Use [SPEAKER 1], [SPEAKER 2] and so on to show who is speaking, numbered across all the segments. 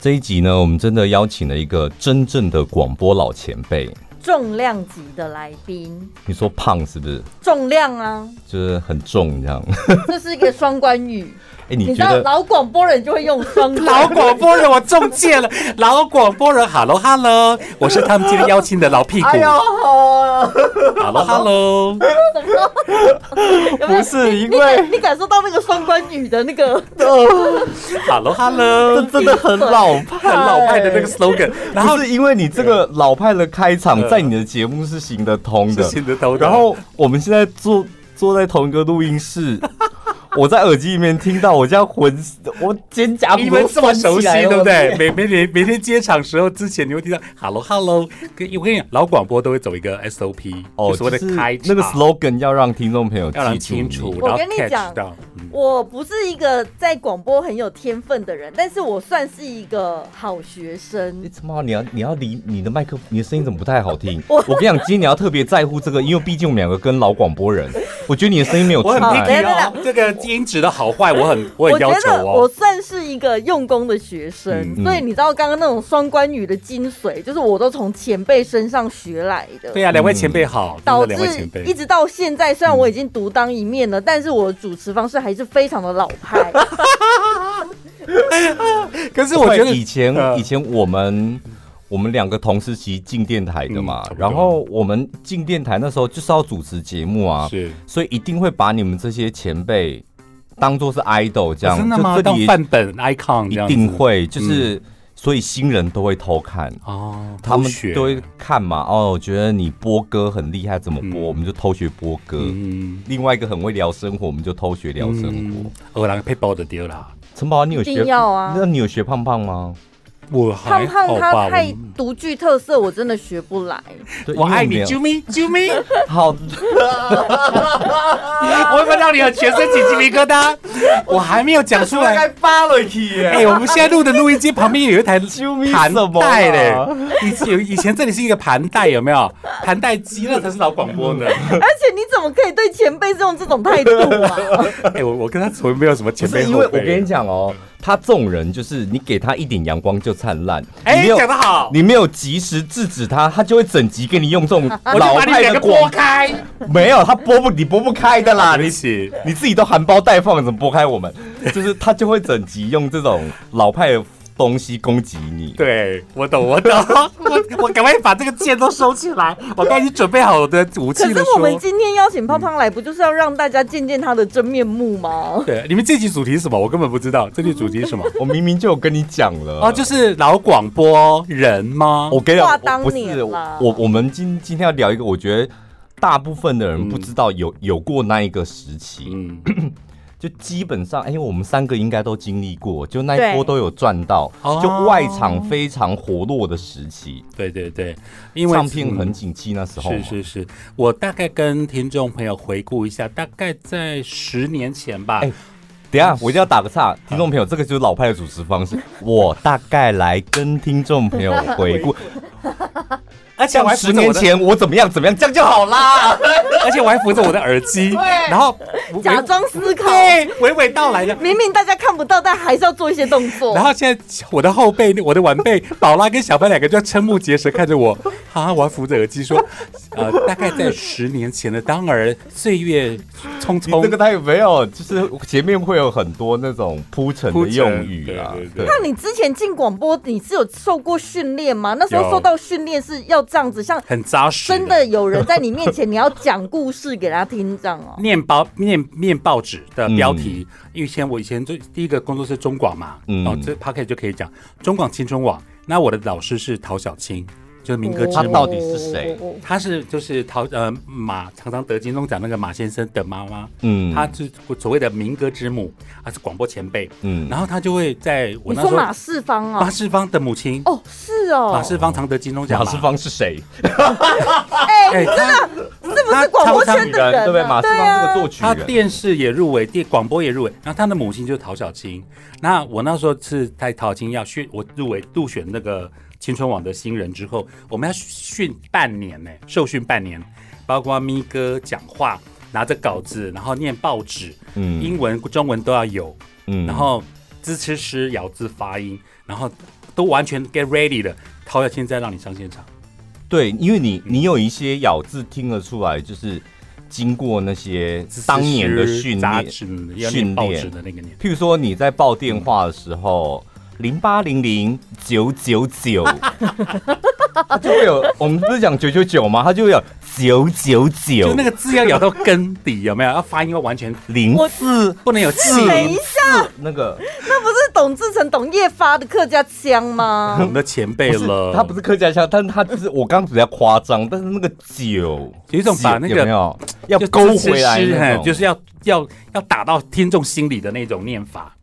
[SPEAKER 1] 这一集呢，我们真的邀请了一个真正的广播老前辈。
[SPEAKER 2] 重量级的来宾，
[SPEAKER 1] 你说胖是不是？
[SPEAKER 2] 重量 啊，
[SPEAKER 1] 就是很重这样。
[SPEAKER 2] 这是一个双关语。
[SPEAKER 1] 哎，
[SPEAKER 2] 你
[SPEAKER 1] 你
[SPEAKER 2] 知
[SPEAKER 1] 觉
[SPEAKER 2] 道
[SPEAKER 1] 得
[SPEAKER 2] 老广播人就会用双关
[SPEAKER 3] 老广播人， 我中介了。老广播人，Hello Hello，我是他们今天邀请的老屁股。
[SPEAKER 4] 哎呦，
[SPEAKER 3] 啊 Hello Hello，
[SPEAKER 2] 有没
[SPEAKER 4] 不
[SPEAKER 2] 有
[SPEAKER 4] 是因
[SPEAKER 2] 你
[SPEAKER 4] 为
[SPEAKER 2] 感你感受到那个双关语的那个
[SPEAKER 3] Hello
[SPEAKER 1] 这
[SPEAKER 3] Hello，
[SPEAKER 1] 真的很老
[SPEAKER 3] 很
[SPEAKER 1] 派，
[SPEAKER 3] 老派的那个 slogan，然
[SPEAKER 1] 然
[SPEAKER 3] 后
[SPEAKER 1] 后是因为你这个老派的开场，
[SPEAKER 3] 呃
[SPEAKER 1] 在你的节目是行得通
[SPEAKER 3] 是
[SPEAKER 1] 的。
[SPEAKER 3] 新的头的，
[SPEAKER 1] 然后我们现在坐坐在同一个录音室， 我在耳机里面听到，我这样浑我肩胛
[SPEAKER 3] 你
[SPEAKER 1] 骨
[SPEAKER 3] 们
[SPEAKER 1] 都
[SPEAKER 3] 这么
[SPEAKER 1] 酸起来了
[SPEAKER 3] 熟悉，对不？对？每每每每天接场时候之前，你会听到 Hello Hello，跟我跟你讲，老广播都会走一个 SOP，
[SPEAKER 1] 哦，
[SPEAKER 3] 就所谓
[SPEAKER 1] 就是
[SPEAKER 3] 的开场
[SPEAKER 1] 那个 slogan 要让听众朋友
[SPEAKER 3] 要让
[SPEAKER 1] 记
[SPEAKER 3] 清
[SPEAKER 1] 住
[SPEAKER 3] 楚
[SPEAKER 1] 你，
[SPEAKER 3] 然后
[SPEAKER 2] 我跟你
[SPEAKER 3] catch
[SPEAKER 2] 讲
[SPEAKER 3] 到。嗯
[SPEAKER 2] 我不是一个在广播很有天分的人，但是我算是一个好学
[SPEAKER 1] 你
[SPEAKER 2] 生。
[SPEAKER 1] 哎怎么你要你要离你的麦克，你的声音怎么不太好听？
[SPEAKER 2] 我
[SPEAKER 1] 我跟你讲，今天你要特别在乎这个，因为毕竟我们两个跟老广播人，我觉得你的声音没有
[SPEAKER 3] 我
[SPEAKER 1] 出
[SPEAKER 3] 很
[SPEAKER 2] 好等一
[SPEAKER 1] 来。
[SPEAKER 3] picky
[SPEAKER 2] 下
[SPEAKER 3] 哦，这个音质的好坏，我很我很要
[SPEAKER 2] 觉
[SPEAKER 3] 求
[SPEAKER 2] 得
[SPEAKER 3] 哦。
[SPEAKER 2] 我算是一个用功的学生，
[SPEAKER 1] 嗯
[SPEAKER 2] 所以你知道刚刚那种双关语的精髓，就是我都从前辈身上学来的。
[SPEAKER 3] 对呀、啊两位前辈好，真
[SPEAKER 2] 导
[SPEAKER 3] 的
[SPEAKER 2] 致
[SPEAKER 3] 两位前辈
[SPEAKER 2] 一。直到现在，虽然我已经独当一面
[SPEAKER 3] 嗯
[SPEAKER 2] 了，但是我的主持方式还是非常的老派。
[SPEAKER 3] 可是我觉得
[SPEAKER 1] 以前
[SPEAKER 3] 呃
[SPEAKER 1] 以前我们。我们两个同时期进电台的嘛
[SPEAKER 3] 嗯，差不多
[SPEAKER 1] 然后我们进电台那时候就是要主持节目啊，
[SPEAKER 3] 是
[SPEAKER 1] 所以一定会把你们这些前辈当做是 idol 这
[SPEAKER 3] 哦
[SPEAKER 1] 样，
[SPEAKER 3] 真的
[SPEAKER 1] 就
[SPEAKER 3] 吗？
[SPEAKER 1] 这
[SPEAKER 3] 当
[SPEAKER 1] 里
[SPEAKER 3] 范本 icon
[SPEAKER 1] 一
[SPEAKER 3] 这样
[SPEAKER 1] 定
[SPEAKER 3] 子嗯
[SPEAKER 1] 会，就是、所以新人都会偷看，
[SPEAKER 3] 哦，
[SPEAKER 1] 他
[SPEAKER 3] 偷
[SPEAKER 1] 们
[SPEAKER 3] 学
[SPEAKER 1] 都会看嘛。哦，我觉得你播歌很厉害，怎么播，
[SPEAKER 3] 嗯
[SPEAKER 1] 我们就偷学播歌。
[SPEAKER 3] 嗯，
[SPEAKER 1] 另外一个很会聊生活，我们就偷学聊生活。
[SPEAKER 3] 嗯，我两个配包的丢啦。
[SPEAKER 1] 陈宝，你有
[SPEAKER 2] 一定
[SPEAKER 1] 学？
[SPEAKER 2] 要啊
[SPEAKER 1] 那你有学胖胖吗？
[SPEAKER 3] 我
[SPEAKER 2] 胖
[SPEAKER 3] 还好
[SPEAKER 2] 胖
[SPEAKER 3] 吧
[SPEAKER 2] 他太
[SPEAKER 3] 我
[SPEAKER 2] 独具特色，我真的学不来。
[SPEAKER 1] 对
[SPEAKER 3] 我爱你，
[SPEAKER 1] 因为
[SPEAKER 3] 啾咪啾
[SPEAKER 1] 没
[SPEAKER 3] 咪，
[SPEAKER 1] 有好，啊
[SPEAKER 3] 我有没有让你的全身起鸡皮疙瘩？ 我还没有讲出
[SPEAKER 4] 大概
[SPEAKER 3] 来。
[SPEAKER 4] 扒了去耶！
[SPEAKER 3] 哎，我们现在录的录音机旁边有一台
[SPEAKER 1] 啾咪
[SPEAKER 3] 盘
[SPEAKER 1] 什么
[SPEAKER 3] 带嘞
[SPEAKER 1] 啊，
[SPEAKER 3] 以前有以前这里是一个盘带，有没有？盘带机那才是老 广播呢。
[SPEAKER 2] 而且你怎么可以对前辈是用这种态度啊？
[SPEAKER 3] 哎，我我跟他从来没有什么
[SPEAKER 1] 不
[SPEAKER 3] 前辈
[SPEAKER 1] 是
[SPEAKER 3] 后
[SPEAKER 1] 因为我
[SPEAKER 3] 辈
[SPEAKER 1] 跟你讲哦，他这种人就是你给他一点阳光就灿烂，你
[SPEAKER 3] 哎，
[SPEAKER 1] 没有
[SPEAKER 3] 讲得好，
[SPEAKER 1] 你没有及时制止他，他就会整集给你用这种
[SPEAKER 3] 我就
[SPEAKER 1] 老
[SPEAKER 3] 把你们
[SPEAKER 1] 派
[SPEAKER 3] 两
[SPEAKER 1] 的
[SPEAKER 3] 个拨
[SPEAKER 1] 广，
[SPEAKER 3] 开。
[SPEAKER 1] 没有他拨不你拨不开的 啦，
[SPEAKER 3] 啊，你
[SPEAKER 1] 你
[SPEAKER 3] 起。
[SPEAKER 1] 你自己都含苞待放，怎么拨开我们？就是他就会整集用这种老派的东西攻击你。
[SPEAKER 3] 对，我懂，我懂，我我赶快把这个剑都收起来，我刚已经准备好我的武器
[SPEAKER 2] 可
[SPEAKER 3] 了。
[SPEAKER 2] 是我们
[SPEAKER 3] 说
[SPEAKER 2] 今天邀请胖胖来，不就是要让大家见见他的真面目吗？
[SPEAKER 3] 对你们这期主题是什么？我根本不知道这期主题是什么。
[SPEAKER 1] 我明明就有跟你讲了
[SPEAKER 3] 哦，就是老广播人吗？
[SPEAKER 1] 我跟你讲，
[SPEAKER 2] 话
[SPEAKER 1] 我
[SPEAKER 2] 当
[SPEAKER 1] 不是
[SPEAKER 2] 年啦
[SPEAKER 1] 我，我们今今天要聊一个，我觉得大部分的人
[SPEAKER 3] 嗯
[SPEAKER 1] 不知道有、有过那一个时期，
[SPEAKER 3] 嗯，
[SPEAKER 1] 就基本上，哎、我们三个应该都经历过，就那一
[SPEAKER 2] 对
[SPEAKER 1] 波都有赚到，
[SPEAKER 3] 哦
[SPEAKER 1] 就外场非常活络的时期，
[SPEAKER 3] 对对对，哦因为
[SPEAKER 1] 唱片很
[SPEAKER 3] 嗯
[SPEAKER 1] 景气那时候嘛，
[SPEAKER 3] 是是是，我大概跟听众朋友回顾一下，大概在十年前吧。
[SPEAKER 1] 哎等一下，我一定要打个岔，听众朋友，这个就是老派的主持方式。我大概来跟听众朋友回顾，
[SPEAKER 3] 而且我
[SPEAKER 1] 像
[SPEAKER 3] 还
[SPEAKER 1] 十
[SPEAKER 3] 扶着
[SPEAKER 1] 年
[SPEAKER 3] 我的，
[SPEAKER 1] 前我怎么样怎么样，这样就好啦。
[SPEAKER 3] 而且我还扶着我的耳机，然后我
[SPEAKER 2] 假装思考，
[SPEAKER 3] 对娓娓道来的，
[SPEAKER 2] 明明大家看不到，但还是要做一些动作
[SPEAKER 3] 然。后现在我的后辈，我的晚辈宝拉跟小潘两个就要瞠目结舌看着我， 啊，我还扶着耳机说，呃，大概在十年前的，当儿岁月匆
[SPEAKER 1] 你这个
[SPEAKER 3] 匆，
[SPEAKER 1] 他有没有？就是前面会有很多那种铺陈的用语啊
[SPEAKER 3] 铺陈，对对
[SPEAKER 1] 对
[SPEAKER 3] 对。
[SPEAKER 2] 那你之前进广播，你是有受过训练吗？那时候
[SPEAKER 3] 有
[SPEAKER 2] 受到训练是要这样子，像
[SPEAKER 3] 很扎实，
[SPEAKER 2] 真的有人在你面前，你要讲故事给他听，这样 哦。
[SPEAKER 3] 念报念念报纸的标题，因为以前我以前最第一个工作是中广嘛，
[SPEAKER 1] 嗯
[SPEAKER 3] 然后这 p o c k e t 就可以讲中广青春网，那我的老师是陶小青，就是民歌之
[SPEAKER 1] 他
[SPEAKER 3] 母
[SPEAKER 1] 到底是谁
[SPEAKER 2] 哦？
[SPEAKER 3] 他是就是陶呃马常常得金钟奖那个马先生的妈妈，
[SPEAKER 1] 嗯
[SPEAKER 3] 她是所谓的民歌之母，她是广播前辈，
[SPEAKER 1] 嗯
[SPEAKER 3] 然后她就会在我
[SPEAKER 2] 你
[SPEAKER 3] 那时
[SPEAKER 2] 说马
[SPEAKER 3] 候
[SPEAKER 2] 世芳
[SPEAKER 3] 马
[SPEAKER 2] 啊？
[SPEAKER 3] 世芳的母亲，
[SPEAKER 2] 哦，是哦。
[SPEAKER 3] 马世芳常得金钟奖
[SPEAKER 1] 马
[SPEAKER 3] 嘛，
[SPEAKER 1] 世芳是谁？
[SPEAKER 2] 哎、
[SPEAKER 3] 哎，她
[SPEAKER 2] 这不是广播圈的人、啊，
[SPEAKER 1] 对不对？马世芳这个作
[SPEAKER 2] 啊。
[SPEAKER 1] 曲
[SPEAKER 3] 她
[SPEAKER 1] 人，
[SPEAKER 3] 电视也入围，电广播也入围，然后她的母亲就是陶小青，那我那时候是在陶小青要训我入围入选那个青春网的新人之后，我们要训半年呢、受训半年，包括咪哥讲话。拿着稿子，然后念报纸，
[SPEAKER 1] 嗯
[SPEAKER 3] 英文、中文都要有，
[SPEAKER 1] 嗯
[SPEAKER 3] 然后支持诗咬字发音，然后都完全 get ready 了，陶小青再让你上现场。
[SPEAKER 1] 对，因为你你有一些咬字听得出来，就是经过那些当年的训
[SPEAKER 3] 杂
[SPEAKER 1] 练，
[SPEAKER 3] 志要
[SPEAKER 1] 训
[SPEAKER 3] 念报
[SPEAKER 1] 练
[SPEAKER 3] 纸的那个年
[SPEAKER 1] 譬如说你在报电话的时候，零八零零九九 九，它就会有我们不是讲九九九吗？它就会有九九
[SPEAKER 3] 就
[SPEAKER 1] 九
[SPEAKER 3] 那，个字要咬到根底，有没有？要发音要完全
[SPEAKER 1] 零
[SPEAKER 2] 我
[SPEAKER 1] 四
[SPEAKER 3] 不能有字。
[SPEAKER 2] 等一下，
[SPEAKER 1] 那个
[SPEAKER 2] 那不啊是董志成、董夜发的客家腔
[SPEAKER 3] 我
[SPEAKER 2] 吗？
[SPEAKER 3] 们的前辈
[SPEAKER 1] 不是
[SPEAKER 3] 了，
[SPEAKER 1] 它不是客家腔，但它就是我刚刚比较夸张，但是那个九
[SPEAKER 3] 有一种
[SPEAKER 1] 九
[SPEAKER 3] 把那个
[SPEAKER 1] 有没有要
[SPEAKER 3] 就
[SPEAKER 1] 勾
[SPEAKER 3] 滋滋
[SPEAKER 1] 回来
[SPEAKER 3] 滋
[SPEAKER 1] 那
[SPEAKER 3] 嘿
[SPEAKER 1] 种，
[SPEAKER 3] 就是要要要打到听众心里的那种念法。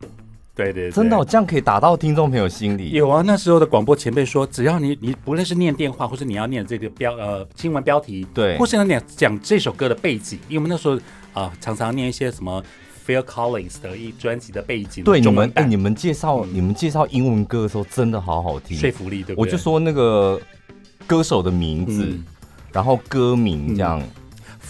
[SPEAKER 3] 对对对
[SPEAKER 1] 真的哦、这样可以打到听众朋友心里。
[SPEAKER 3] 有啊，那时候的广播前辈说，只要你你不论是念电话，或是你要念这个标呃新闻标题，
[SPEAKER 1] 对
[SPEAKER 3] 或是要讲讲这首歌的背景，因为我们那时候啊、常常念一些什么 Phil Collins 的一专辑的背景，
[SPEAKER 1] 对你
[SPEAKER 3] 中
[SPEAKER 1] 们
[SPEAKER 3] 文
[SPEAKER 1] 哎、
[SPEAKER 3] 版
[SPEAKER 1] 你们介绍、你们介绍英文歌的时候真的好好听，
[SPEAKER 3] 说服力，对不
[SPEAKER 1] 我
[SPEAKER 3] 对？
[SPEAKER 1] 就说那个歌手的名字，
[SPEAKER 3] 嗯
[SPEAKER 1] 然后歌名这样。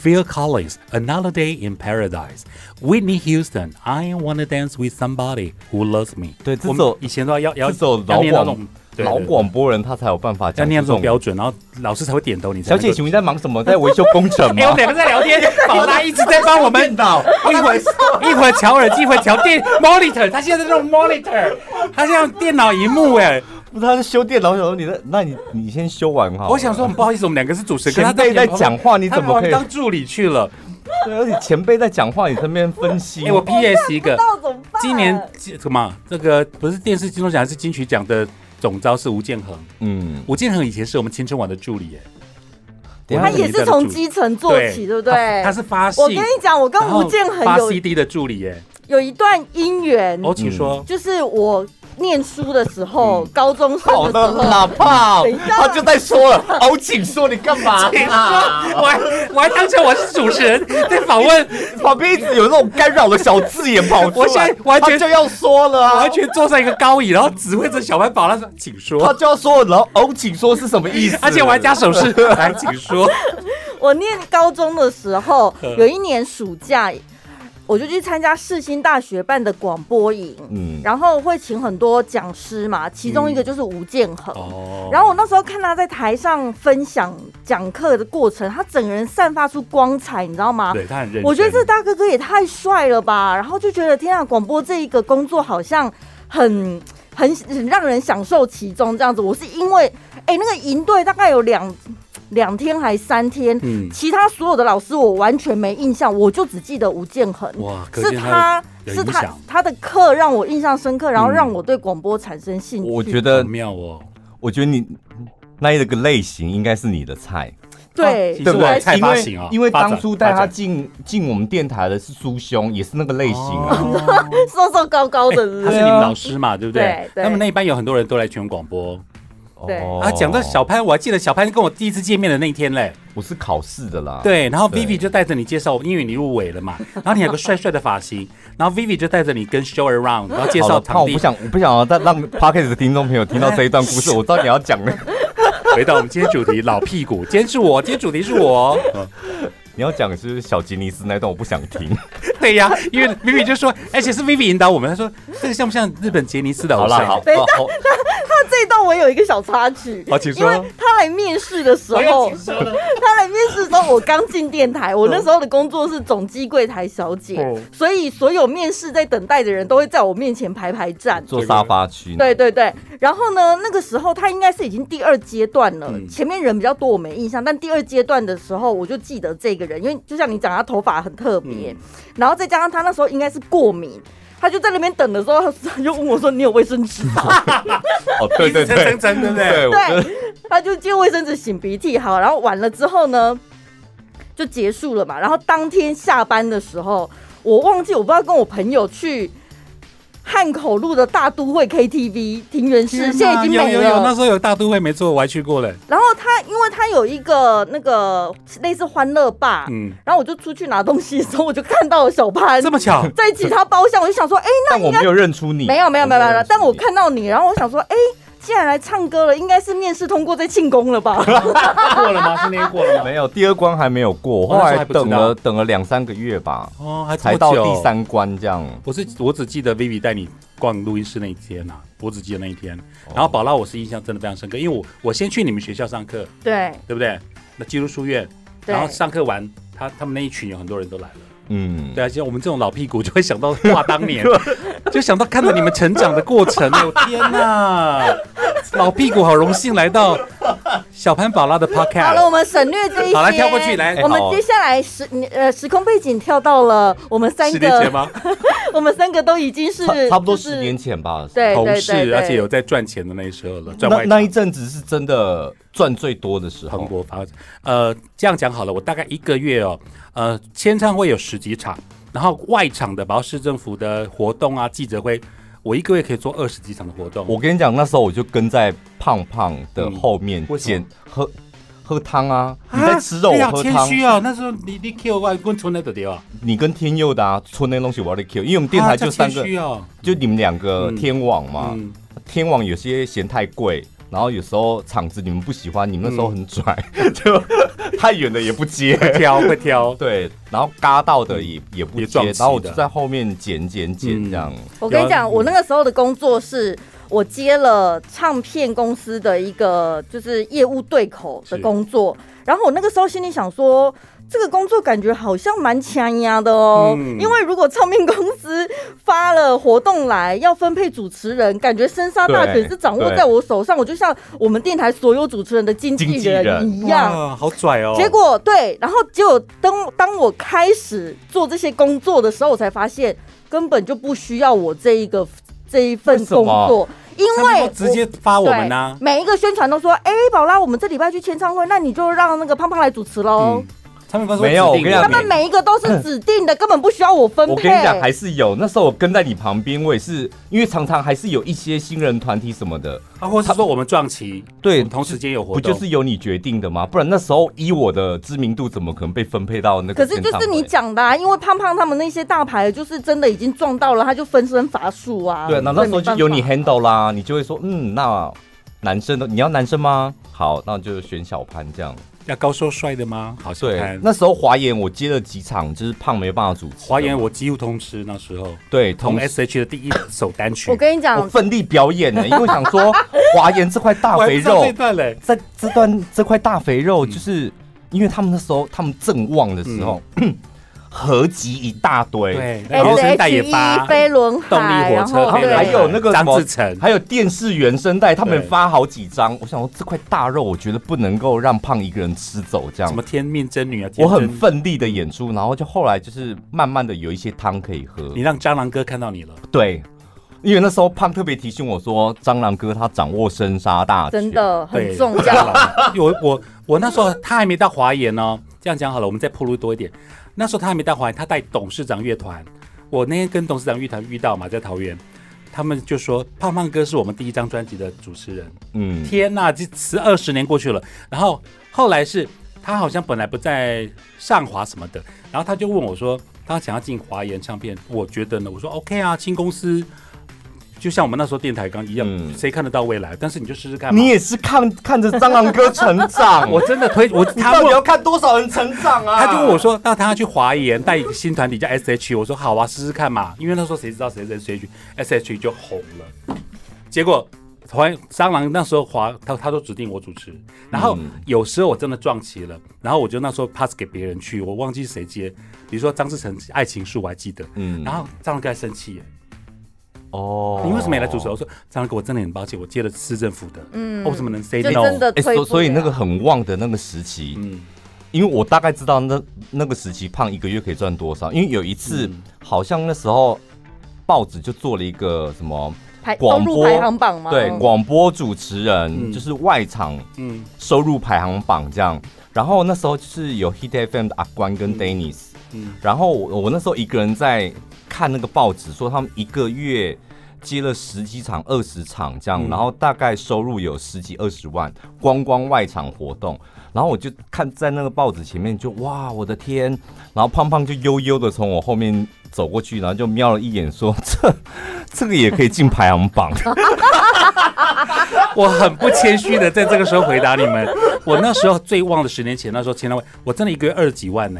[SPEAKER 3] Phil Collins, Another Day in Paradise, Whitney Houston, I Wanna Dance with Somebody Who Loves Me。
[SPEAKER 1] 对这
[SPEAKER 3] 我
[SPEAKER 1] 首
[SPEAKER 3] 们以前都要要
[SPEAKER 1] 这首
[SPEAKER 3] 要
[SPEAKER 1] 老
[SPEAKER 3] 念那种
[SPEAKER 1] 广
[SPEAKER 3] 对
[SPEAKER 1] 老
[SPEAKER 3] 对对
[SPEAKER 1] 广播人他才有办法
[SPEAKER 3] 要
[SPEAKER 1] 讲
[SPEAKER 3] 念
[SPEAKER 1] 这
[SPEAKER 3] 这种
[SPEAKER 1] 种
[SPEAKER 3] 标准，然后老师才会点头你才
[SPEAKER 1] 小
[SPEAKER 3] 能够。
[SPEAKER 1] 姐，请问在忙什么？在维修工程
[SPEAKER 3] 哎，我们
[SPEAKER 1] 吗？
[SPEAKER 3] 两个在 聊天，宝拉一直在帮我们导，一会儿一会儿调耳机，一会儿调电 monitor，他现在在用 monitor，他像电脑荧幕哎。
[SPEAKER 1] 不是，他在修电脑。我想说你在，那你你先修完哈。
[SPEAKER 3] 我想说，我们不好意思，我们两个是主持人，
[SPEAKER 1] 前辈在讲话，你
[SPEAKER 3] 你
[SPEAKER 1] 怎么可以？
[SPEAKER 3] 当助理去了？
[SPEAKER 1] 对，而且前辈在讲话，你在那边分析。
[SPEAKER 3] 哎，我 PS 一个，
[SPEAKER 2] 那怎么办？
[SPEAKER 3] 今年什么？那个不是电视金钟奖还是金曲奖的总招是吴建衡。
[SPEAKER 1] 嗯，
[SPEAKER 3] 吴建衡以前是我们青春网的助理耶，
[SPEAKER 1] 等一
[SPEAKER 2] 他
[SPEAKER 1] 下
[SPEAKER 3] 我
[SPEAKER 2] 也是从基层做起，对不对
[SPEAKER 3] 他？他是发信，
[SPEAKER 2] 我跟你讲，我跟
[SPEAKER 3] 然后
[SPEAKER 2] 吴建衡
[SPEAKER 3] 发
[SPEAKER 2] 有
[SPEAKER 3] CD 的助理耶。
[SPEAKER 2] 有一段姻缘，
[SPEAKER 3] 哦，嗯请说。
[SPEAKER 2] 就是我念书的时候，高中生
[SPEAKER 1] 好
[SPEAKER 2] 的
[SPEAKER 1] 的
[SPEAKER 2] 时候，
[SPEAKER 1] 哦喇叭
[SPEAKER 2] 等一，下
[SPEAKER 1] 他就在说了，敖景说你干 嘛
[SPEAKER 3] 你说，我还我还当成我是主持人在访问，
[SPEAKER 1] 旁边一直有那种干扰的小字眼跑出来，
[SPEAKER 3] 我现在完全
[SPEAKER 1] 他就要说了、啊，
[SPEAKER 3] 我完全坐上一个高椅，然后指挥着小班宝，他说：“请
[SPEAKER 1] 他
[SPEAKER 3] 说。
[SPEAKER 1] 就要说了，然后哦，请说是什么意思？”
[SPEAKER 3] 而且我还加手势，来，请说。
[SPEAKER 2] 我念高中的时候，有一年暑假，我就去参加世新大学办的广播营，
[SPEAKER 1] 嗯
[SPEAKER 2] 然后会请很多讲师嘛，其中一个就是吴建衡。
[SPEAKER 3] 哦
[SPEAKER 2] 然后我那时候看他在台上分享讲课的过程，他整个人散发出光彩，你知道吗？
[SPEAKER 3] 对他很认真，
[SPEAKER 2] 我觉得这大哥哥也太帅了吧！然后就觉得天啊，广播这一个工作好像很很很让人享受其中这样子。我是因为哎、那个营队大概有两两天还三天，
[SPEAKER 3] 嗯
[SPEAKER 2] 其他所有的老师我完全没印象，我就只记得吴建衡。
[SPEAKER 3] 哇，可
[SPEAKER 2] 是
[SPEAKER 3] 见
[SPEAKER 2] 他
[SPEAKER 3] 有
[SPEAKER 2] 是
[SPEAKER 3] 影
[SPEAKER 2] 他
[SPEAKER 3] 响
[SPEAKER 2] 他的课让我印象深刻，然后
[SPEAKER 3] 嗯
[SPEAKER 2] 让我对广播产生兴趣。
[SPEAKER 1] 我觉
[SPEAKER 3] 好
[SPEAKER 1] 得，
[SPEAKER 3] 妙哦。
[SPEAKER 1] 我觉得你那一个类型应该是你的菜，
[SPEAKER 2] 对
[SPEAKER 3] 啊其实
[SPEAKER 1] 对不
[SPEAKER 3] 我
[SPEAKER 1] 对
[SPEAKER 3] 的？菜
[SPEAKER 1] 因
[SPEAKER 3] 发
[SPEAKER 1] 为
[SPEAKER 3] 型啊
[SPEAKER 1] 因为
[SPEAKER 3] 发展
[SPEAKER 1] 当初带
[SPEAKER 3] 发
[SPEAKER 1] 他
[SPEAKER 3] 展
[SPEAKER 1] 进进我们电台的是苏兄，也是那个类型啊。
[SPEAKER 3] 哦
[SPEAKER 2] 瘦瘦高高的，
[SPEAKER 3] 他是你们老师嘛，对不对
[SPEAKER 2] 对？对
[SPEAKER 3] 他们那一班有很多人都来全广播
[SPEAKER 2] 对
[SPEAKER 1] 哦
[SPEAKER 3] 啊。讲到小，潘，我还记得小潘跟我第一次见面的那一天嘞。
[SPEAKER 1] 我是考试的啦。，
[SPEAKER 3] 对，然后
[SPEAKER 1] 对
[SPEAKER 3] Vivi 就带着你介绍我，因为你入围了 嘛，然后你有个帅帅的发型，然后 Vivi 就带着你跟 Show Around，然后介
[SPEAKER 1] 好
[SPEAKER 3] 绍
[SPEAKER 1] 了，怕
[SPEAKER 3] 场
[SPEAKER 1] 我
[SPEAKER 3] 地
[SPEAKER 1] 不，想，我不想要再 让 podcast 的听众朋友听到这一段故事。我知道你要讲那个，
[SPEAKER 3] 回到我们今天主题老屁股，今天是我，今天主题是 我，
[SPEAKER 1] 你要讲的是小吉尼斯那段，我不想听。
[SPEAKER 3] 对呀，因为 Vivi 就说，而且是 Vivi 引导我们，他说这个像不像日本杰尼斯的
[SPEAKER 1] 好
[SPEAKER 3] 偶
[SPEAKER 1] 啦，
[SPEAKER 3] 像？
[SPEAKER 1] 好，
[SPEAKER 2] 等一下
[SPEAKER 1] 好好
[SPEAKER 2] 他这一段我有一个小插曲，
[SPEAKER 3] 啊
[SPEAKER 1] 好请说
[SPEAKER 2] 因为他来面试的时
[SPEAKER 3] 我要
[SPEAKER 2] 候
[SPEAKER 3] 接，受了，
[SPEAKER 2] 他来面试的时候，我刚进电台，我
[SPEAKER 3] 嗯
[SPEAKER 2] 那时候的工作是总机柜台小姐，
[SPEAKER 3] 哦
[SPEAKER 2] 所以所有面试在等待的人都会在我面前排排站。
[SPEAKER 1] 坐沙发区。
[SPEAKER 2] 对对对，然后呢，那个时候他应该是已经第二阶段了，
[SPEAKER 3] 嗯
[SPEAKER 2] 前面人比较多，我没印象，但第二阶段的时候我就记得这个人，因为就像你讲，他头发很特别，
[SPEAKER 3] 嗯
[SPEAKER 2] 然后再加上他那时候应该是过敏。他就在那边等的时候，他就问我说：“你有卫生纸吗？”
[SPEAKER 1] 哦，对对
[SPEAKER 3] 真
[SPEAKER 1] 对，
[SPEAKER 3] 真真，对不 对？
[SPEAKER 1] 对，我觉得
[SPEAKER 2] 他就借卫生纸擤鼻涕，好，然后完了之后呢，就结束了嘛。然后当天下班的时候，我忘记我不知道跟我朋友去汉口路的大都会 KTV 庭园
[SPEAKER 3] 天哪
[SPEAKER 2] 式，现在已经没
[SPEAKER 3] 有有有，
[SPEAKER 2] 了。
[SPEAKER 3] 那时候有大都会没错，我还去过嘞，
[SPEAKER 2] 然后他因为他有一个那个类似欢乐吧，
[SPEAKER 3] 嗯，
[SPEAKER 2] 然后我就出去拿东西的时候，我就看到了小潘
[SPEAKER 3] 这么巧，
[SPEAKER 2] 在其他包厢，我就想说，哎、
[SPEAKER 1] 但我没有认出你。
[SPEAKER 2] 没有没有没
[SPEAKER 1] 我
[SPEAKER 2] 有没
[SPEAKER 1] 没有
[SPEAKER 2] 有
[SPEAKER 1] 认，识
[SPEAKER 2] 但我
[SPEAKER 1] 你
[SPEAKER 2] 看到你，然后我想说，哎、既然来唱歌了，应该是面试通过在庆功了 吧？
[SPEAKER 3] 过了吗？是那天过了吗？
[SPEAKER 1] 没有，第二关还没有过，我后
[SPEAKER 3] 哦那时候
[SPEAKER 1] 来
[SPEAKER 3] 还不知道
[SPEAKER 1] 等了等了两三个月吧，
[SPEAKER 3] 哦，还这么
[SPEAKER 1] 才到
[SPEAKER 3] 久
[SPEAKER 1] 第。三关这样。
[SPEAKER 3] 我是我只记得 Vivi 带你逛录音室那一天啊，脖子记的那一天。然后宝拉，我是印象真的非常深刻，因为我我先去你们学校上课，
[SPEAKER 2] 对
[SPEAKER 3] 对不对？那基督书院，
[SPEAKER 2] 对
[SPEAKER 3] 然后上课完，他他们那一群有很多人都来了。
[SPEAKER 1] 嗯，
[SPEAKER 3] 对啊，像我们这种老屁股就会想到话当年， 就想到看到你们成长的过程。哎呦 天哪，老屁股好荣幸来到小潘宝拉的
[SPEAKER 2] 好了，我
[SPEAKER 3] podcast。
[SPEAKER 2] 们省略这一些。
[SPEAKER 3] 好来跳过去来
[SPEAKER 2] 我们
[SPEAKER 3] 好
[SPEAKER 2] 接下来时呃时空背景跳到了我们三
[SPEAKER 3] 十年前
[SPEAKER 2] 个，
[SPEAKER 3] 吗？
[SPEAKER 2] 我们三个都已经是
[SPEAKER 1] 差差不多
[SPEAKER 2] 就是
[SPEAKER 1] 十年前吧。
[SPEAKER 2] 对
[SPEAKER 3] 同
[SPEAKER 2] 对对
[SPEAKER 3] 事，而且
[SPEAKER 2] 对
[SPEAKER 3] 有在赚钱的那时候了，赚
[SPEAKER 1] 那
[SPEAKER 3] 外
[SPEAKER 1] 那一
[SPEAKER 3] 快。
[SPEAKER 1] 阵子是真的赚最多的时
[SPEAKER 3] 蓬
[SPEAKER 1] 候，
[SPEAKER 3] 勃发展。呃，这样讲好了，我大概一个月哦，呃，签唱会有十几场，然后外场的，包括市政府的活动啊、记者会，我一个月可以做二十几场的活动。
[SPEAKER 1] 我跟你讲，那时候我就跟在胖胖的后面
[SPEAKER 3] 嗯为什
[SPEAKER 1] 捡、
[SPEAKER 3] 么
[SPEAKER 1] 喝喝汤啊，你
[SPEAKER 3] 啊
[SPEAKER 1] 在吃肉，
[SPEAKER 3] 你
[SPEAKER 1] 我
[SPEAKER 3] 好
[SPEAKER 1] 喝
[SPEAKER 3] 谦
[SPEAKER 1] 汤，
[SPEAKER 3] 虚啊！那时候你你 Q 外滚出那的哦地方，
[SPEAKER 1] 你跟天佑的啊，村那东西我要 Q，因为我们电台就三个，
[SPEAKER 3] 啊这谦虚哦。
[SPEAKER 1] 就你们两个
[SPEAKER 3] 嗯
[SPEAKER 1] 天网嘛，
[SPEAKER 3] 嗯，
[SPEAKER 1] 天网有些嫌太贵。然后有时候场子你们不喜欢，你们那
[SPEAKER 3] 嗯
[SPEAKER 1] 时候很拽， 就太远的也不 接。。
[SPEAKER 3] 会挑会挑
[SPEAKER 1] 对，然后嘎到的也、也不
[SPEAKER 3] 嗯也
[SPEAKER 1] 接，
[SPEAKER 3] 撞击的
[SPEAKER 1] 然后我就在后面捡捡捡
[SPEAKER 3] 嗯
[SPEAKER 1] 这样。
[SPEAKER 2] 我跟你讲，
[SPEAKER 3] 有
[SPEAKER 2] 我那个时候的工作是，我接了唱片公司的一个就是业务对口的工作，然后我那个时候心里想说。这个工作感觉好像蛮强压的哦，
[SPEAKER 3] 嗯
[SPEAKER 2] 因为如果唱片公司发了活动来，要分配主持人，感觉生杀大
[SPEAKER 1] 对
[SPEAKER 2] 权是掌握
[SPEAKER 1] 对
[SPEAKER 2] 在我手上，我就像我们电台所有主持人的经纪
[SPEAKER 1] 经纪人
[SPEAKER 2] 人一样。
[SPEAKER 3] 哇，好拽哦！
[SPEAKER 2] 结果对，然后结果当当我开始做这些工作的时候，我才发现根本就不需要我这一个这一份
[SPEAKER 1] 为什么
[SPEAKER 2] 工作，因
[SPEAKER 3] 他们
[SPEAKER 2] 为
[SPEAKER 3] 都直
[SPEAKER 2] 我。
[SPEAKER 3] 接发我
[SPEAKER 2] 对，
[SPEAKER 3] 们啊呐。
[SPEAKER 2] 每一个宣传都说，哎、宝拉，我们这礼拜去签唱会，那你就让那个胖胖来主持喽
[SPEAKER 3] 嗯。，他们公司
[SPEAKER 1] 没有
[SPEAKER 3] 指定
[SPEAKER 1] 我跟你讲
[SPEAKER 2] 哦他们每一个都是指定的，根本不需要我分配。
[SPEAKER 1] 我跟你讲，还是有。那时候我跟在你旁边，我也是，因为常常还是有一些新人团体什么的，
[SPEAKER 3] 啊，或是说我们撞期，
[SPEAKER 1] 对
[SPEAKER 3] 我们同时间有活
[SPEAKER 1] 不
[SPEAKER 3] 动，
[SPEAKER 1] 就是由你决定的吗？不然那时候以我的知名度，怎么可能被分配到那个？
[SPEAKER 2] 可是就是你，讲的、啊，因为胖胖他们那些大牌，就是真的已经撞到了，他就分身乏术啊。
[SPEAKER 1] 对，那那时候
[SPEAKER 2] 所以没办
[SPEAKER 1] 就
[SPEAKER 2] 法
[SPEAKER 1] 由你 handle 啦，你就会说，嗯，那男生的你要男生吗？好，那就选小潘这样。
[SPEAKER 3] 要高瘦帅的吗？好像
[SPEAKER 1] 对
[SPEAKER 3] 看，。
[SPEAKER 1] 那时候华研我接了几场，就是胖没办法主持的。
[SPEAKER 3] 华研我几乎通吃，那时候
[SPEAKER 1] 对，
[SPEAKER 3] 同
[SPEAKER 1] 同时
[SPEAKER 3] S H 的第一首单曲，
[SPEAKER 2] 我跟你讲
[SPEAKER 1] 我，奋力表演呢、因为我想 说华研这块大
[SPEAKER 3] 我还
[SPEAKER 1] 肥
[SPEAKER 3] 不知道
[SPEAKER 1] 肉
[SPEAKER 3] 这一，段嗯嘞，
[SPEAKER 1] 在这段这块大肥肉，就是、因为他们那时候他们正旺的时候， 合集一大堆，
[SPEAKER 3] 嗯对，那
[SPEAKER 1] 然后
[SPEAKER 3] 原
[SPEAKER 2] S
[SPEAKER 3] 声带
[SPEAKER 2] H
[SPEAKER 3] 也
[SPEAKER 2] E
[SPEAKER 3] 发，
[SPEAKER 2] 飞轮
[SPEAKER 3] 动
[SPEAKER 2] 海，
[SPEAKER 3] 力火
[SPEAKER 2] 然
[SPEAKER 3] 车
[SPEAKER 2] 后
[SPEAKER 1] 还
[SPEAKER 3] 飞
[SPEAKER 1] 有还有
[SPEAKER 2] 对
[SPEAKER 3] 轮海，
[SPEAKER 1] 那个什
[SPEAKER 3] 张
[SPEAKER 1] 么
[SPEAKER 3] 志成，
[SPEAKER 1] 还有电视原声带，他们
[SPEAKER 3] 对
[SPEAKER 1] 发好几张。我想说这块大肉，我觉得不能够让胖一个人吃走这
[SPEAKER 3] 什么
[SPEAKER 1] 样。
[SPEAKER 3] 天命真女啊，
[SPEAKER 1] 我很
[SPEAKER 3] 天真，
[SPEAKER 1] 奋力的演出，然后就后来就是慢慢的有一些汤可以喝
[SPEAKER 3] 你。让蟑螂哥看到你了，
[SPEAKER 1] 对，因为那时候胖特别提醒我说，蟑螂哥他掌握生杀大权。
[SPEAKER 2] 真，的
[SPEAKER 3] 对
[SPEAKER 2] 很重
[SPEAKER 3] 蟑
[SPEAKER 2] 要。
[SPEAKER 3] 螂。我我我那时候他还没到华研哦，这样讲好了，我们再铺路多一点。那时候他还没到华研，他带董事长乐团。我那天跟董事长乐团遇到嘛，在桃园，他们就说胖胖哥是我们第一张专辑的主持人。
[SPEAKER 1] 嗯，
[SPEAKER 3] 天呐，这十二十年过去了，然后后来是他好像本来不在上华什么的，然后他就问我说，他想要进华研唱片，我觉得呢，我说 OK 啊，新公司。就像我们那时候电台刚一样，
[SPEAKER 1] 嗯
[SPEAKER 3] 谁看得到未来？但是你就试试看嘛。
[SPEAKER 1] 你也是看看着蟑螂哥成长，
[SPEAKER 3] 我真的推我，
[SPEAKER 1] 嗯你
[SPEAKER 3] 他
[SPEAKER 1] 到
[SPEAKER 3] 问
[SPEAKER 1] 底要看多少人成长啊？
[SPEAKER 3] 他就问我说，那他要去华研带一个新团体叫 S H，我说好啊，试试看嘛，因为那时候谁知道谁是 S H，S H 就红了。结果华蟑螂那时候华他他都指定我主持，然后
[SPEAKER 1] 嗯
[SPEAKER 3] 有时候我真的撞齐了，然后我就那时候 pass 给别人去，我忘记是谁接，比如说张志成《爱情树》我还记得，
[SPEAKER 1] 嗯
[SPEAKER 3] 然后蟑螂哥还生气耶，
[SPEAKER 1] 哦
[SPEAKER 3] 你为什么也来主持？我说蟑螂哥，我真的很抱歉，我接了市政府的，
[SPEAKER 2] 嗯
[SPEAKER 3] 我怎么能 say
[SPEAKER 2] 就
[SPEAKER 3] no？
[SPEAKER 2] 真的
[SPEAKER 1] 哎、
[SPEAKER 2] 推
[SPEAKER 1] 所
[SPEAKER 2] 不
[SPEAKER 1] 所以
[SPEAKER 2] 了
[SPEAKER 1] 那个很旺的那个时期，
[SPEAKER 3] 啊嗯，
[SPEAKER 1] 因为我大概知道那那个时期胖一个月可以赚多少，因为有一次、
[SPEAKER 3] 嗯
[SPEAKER 1] 好像那时候报纸就做了一个什么
[SPEAKER 2] 排
[SPEAKER 1] 广
[SPEAKER 2] 收入
[SPEAKER 1] 播
[SPEAKER 2] 排行榜吗？
[SPEAKER 1] 对广播主持人、
[SPEAKER 3] 嗯
[SPEAKER 1] 就是外场
[SPEAKER 3] 嗯
[SPEAKER 1] 收入排行榜这样，然后那时候就是有 Hit FM 的阿关跟
[SPEAKER 3] 嗯
[SPEAKER 1] Dennis，、
[SPEAKER 3] 嗯
[SPEAKER 1] 然后我我那时候一个人在看那个报纸，说他们一个月接了十几场、二十场这样，
[SPEAKER 3] 嗯
[SPEAKER 1] 然后大概收入有十几二十万，光光外场活动。然后我就看在那个报纸前面就，哇，我的天！然后胖胖就悠悠的从我后面走过去，然后就瞄了一眼说，这 这个也可以进排行 榜。
[SPEAKER 3] 我很不谦虚的在这个时候回答你们，我那时候最旺的十年前，那时候签唱会，我真的一个月二十几万呢、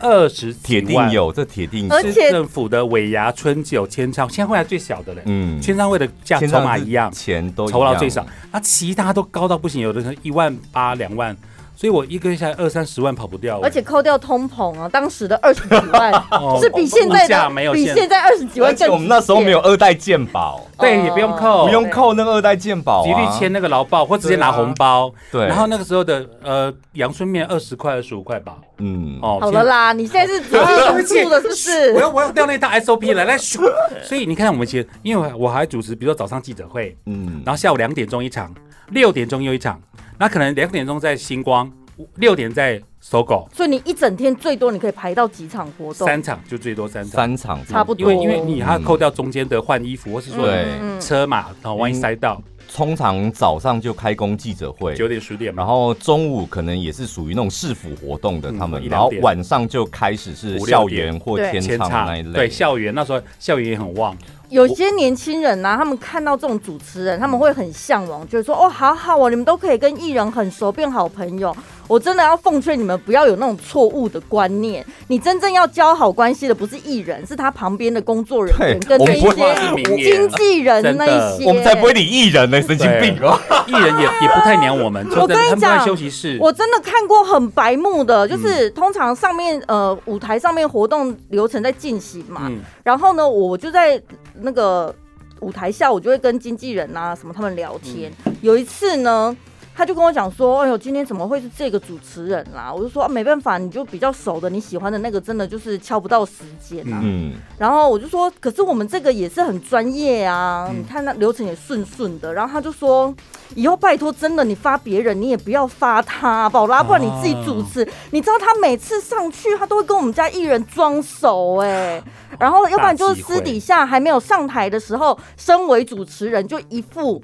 [SPEAKER 3] 二十几
[SPEAKER 1] 铁
[SPEAKER 3] 万，
[SPEAKER 1] 定有，这铁定有
[SPEAKER 2] 而
[SPEAKER 3] 是
[SPEAKER 2] 且
[SPEAKER 3] 政府的尾牙、春酒、签唱，签唱会还最小的嘞，
[SPEAKER 1] 嗯
[SPEAKER 3] 签唱会的价
[SPEAKER 1] 签
[SPEAKER 3] 筹
[SPEAKER 1] 上
[SPEAKER 3] 码
[SPEAKER 1] 是
[SPEAKER 3] 一样，
[SPEAKER 1] 钱都一
[SPEAKER 3] 酬劳
[SPEAKER 1] 样
[SPEAKER 3] 最少，那其他都高到不行，有的是一万八、两万，所以我一个月下来二三十万跑不掉，
[SPEAKER 2] 而且扣掉通膨啊，当时的二十几万
[SPEAKER 3] 哦
[SPEAKER 2] 是比现在
[SPEAKER 3] 物价没
[SPEAKER 2] 的
[SPEAKER 3] 有
[SPEAKER 2] 比
[SPEAKER 3] 现
[SPEAKER 2] 现在二十几
[SPEAKER 1] 而
[SPEAKER 2] 万
[SPEAKER 1] 且
[SPEAKER 2] 更。
[SPEAKER 1] 我们那时候没有，二代健保，
[SPEAKER 3] 对
[SPEAKER 2] 哦
[SPEAKER 3] 也不用扣，
[SPEAKER 1] 不用扣那个二代健保
[SPEAKER 3] 极
[SPEAKER 1] 啊
[SPEAKER 3] 力。签那个劳保或直接
[SPEAKER 1] 对啊
[SPEAKER 3] 拿红包，
[SPEAKER 1] 对，
[SPEAKER 3] 然后那个时候的呃阳春面二十块、二十五块吧，
[SPEAKER 1] 嗯，
[SPEAKER 3] 哦，
[SPEAKER 2] 好了啦，你现在是 仔细数的，是不是？
[SPEAKER 3] 我要我要掉那一套 SOP 了，来咻！所以你看，我们其实因为我还主持，比如说早上记者会，
[SPEAKER 1] 嗯，
[SPEAKER 3] 然后下午两点钟一场，六点钟又一场，那可能两点钟在星光，六点在搜狗，
[SPEAKER 2] 所以你一整天最多你可以排到几场活动？
[SPEAKER 3] 三场就最多三场，
[SPEAKER 1] 三场
[SPEAKER 2] 差不多
[SPEAKER 3] 因为因为你还要扣掉中间的换衣服，或是
[SPEAKER 2] 嗯
[SPEAKER 3] 说
[SPEAKER 1] 对
[SPEAKER 2] 嗯
[SPEAKER 3] 车嘛，然后万一塞到
[SPEAKER 1] 通常早上就开工记者会，
[SPEAKER 3] 九点十点嘛
[SPEAKER 1] 然，后中午可能也是属于那种市府活动的，
[SPEAKER 3] 嗯
[SPEAKER 1] 他们，
[SPEAKER 3] 一两
[SPEAKER 1] 然后
[SPEAKER 3] 点
[SPEAKER 1] 晚上就开始是
[SPEAKER 3] 五六
[SPEAKER 1] 校
[SPEAKER 3] 点
[SPEAKER 1] 园或
[SPEAKER 2] 对
[SPEAKER 1] 天
[SPEAKER 3] 前
[SPEAKER 1] 唱
[SPEAKER 3] 场
[SPEAKER 1] 那一类的。
[SPEAKER 3] 对校园那时候校园也很旺，
[SPEAKER 2] 有些年轻人呐、他们看到这种主持人，他们会很向往，就是说哦，好好哦，你们都可以跟艺人很熟，变好朋友。我真的要奉劝你们不要有那种错误的观念，你真正要交好关系的不是艺人，是他旁边的工作人员
[SPEAKER 1] 对
[SPEAKER 2] 跟
[SPEAKER 1] 我们
[SPEAKER 2] 那
[SPEAKER 1] 不
[SPEAKER 2] 些
[SPEAKER 3] 是名
[SPEAKER 2] 经
[SPEAKER 3] 言，
[SPEAKER 2] 纪人那一些。
[SPEAKER 1] 我们才不会理艺人呢，神经病哦！
[SPEAKER 3] 艺人 也也不太鸟我们，
[SPEAKER 2] 我
[SPEAKER 3] 就
[SPEAKER 2] 跟你
[SPEAKER 3] 他们都在
[SPEAKER 2] 讲
[SPEAKER 3] 休息室，
[SPEAKER 2] 我真的看过很白目的，就是通常上面呃舞台上面活动流程在进行嘛，
[SPEAKER 3] 嗯
[SPEAKER 2] 然后呢，我就在那个舞台下，我就会跟经纪人啊什么他们聊天。有一次呢，他就跟我讲说：“哎呦，今天怎么会是这个主持人啦、我就说、啊没办法，你就比较熟的，你喜欢的那个真的就是敲不到时间啊。
[SPEAKER 1] 嗯，
[SPEAKER 2] 然后我就说：“可是我们这个也是很专业啊，
[SPEAKER 3] 嗯
[SPEAKER 2] 你看那流程也顺顺的。”然后他就说。以后拜托，真的你发别人，你也不要发他，宝拉，不然你自己主持。你知道他每次上去，他都会跟我们家艺人装熟哎、然后要不然就是私底下还没有上台的时候，身为主持人就一副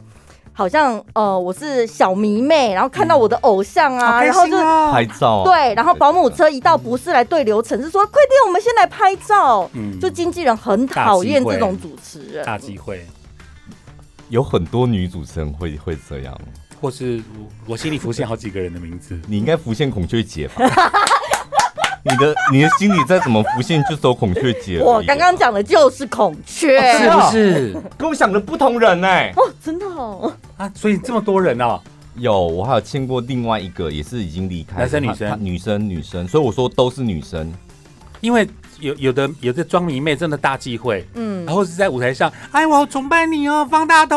[SPEAKER 2] 好像呃我是小迷妹，然后看到我的偶像啊，然后就、
[SPEAKER 1] 拍
[SPEAKER 3] 哦
[SPEAKER 1] 照啊
[SPEAKER 2] 对，然后保姆车一到不是来对流程，是说快点我们先来拍照。
[SPEAKER 3] 嗯
[SPEAKER 2] 就经纪人很讨厌这种主持人，
[SPEAKER 3] 大机会。
[SPEAKER 1] 有很多女主持人会会这样，。
[SPEAKER 3] 或是我我心里浮现好几个人的名字
[SPEAKER 1] 你应该浮现孔雀姐吧？ 你的你的心里再怎么浮现，就走孔雀姐而已吧。
[SPEAKER 2] 我刚刚讲的就是孔雀，
[SPEAKER 3] 哦是不是
[SPEAKER 1] 跟我想的不同人哎、
[SPEAKER 2] 哦，真的哦，
[SPEAKER 3] 啊？所以这么多人哦，
[SPEAKER 1] 有，我还有签过另外一个，也是已经离开了
[SPEAKER 3] 男生
[SPEAKER 1] 她
[SPEAKER 3] 女生
[SPEAKER 1] 她女生女生，所以我说都是女生。
[SPEAKER 3] 因为有有的有的装迷妹真的大忌讳，
[SPEAKER 2] 嗯
[SPEAKER 3] 然，后是在舞台上，哎，我好崇拜你哦，方大同。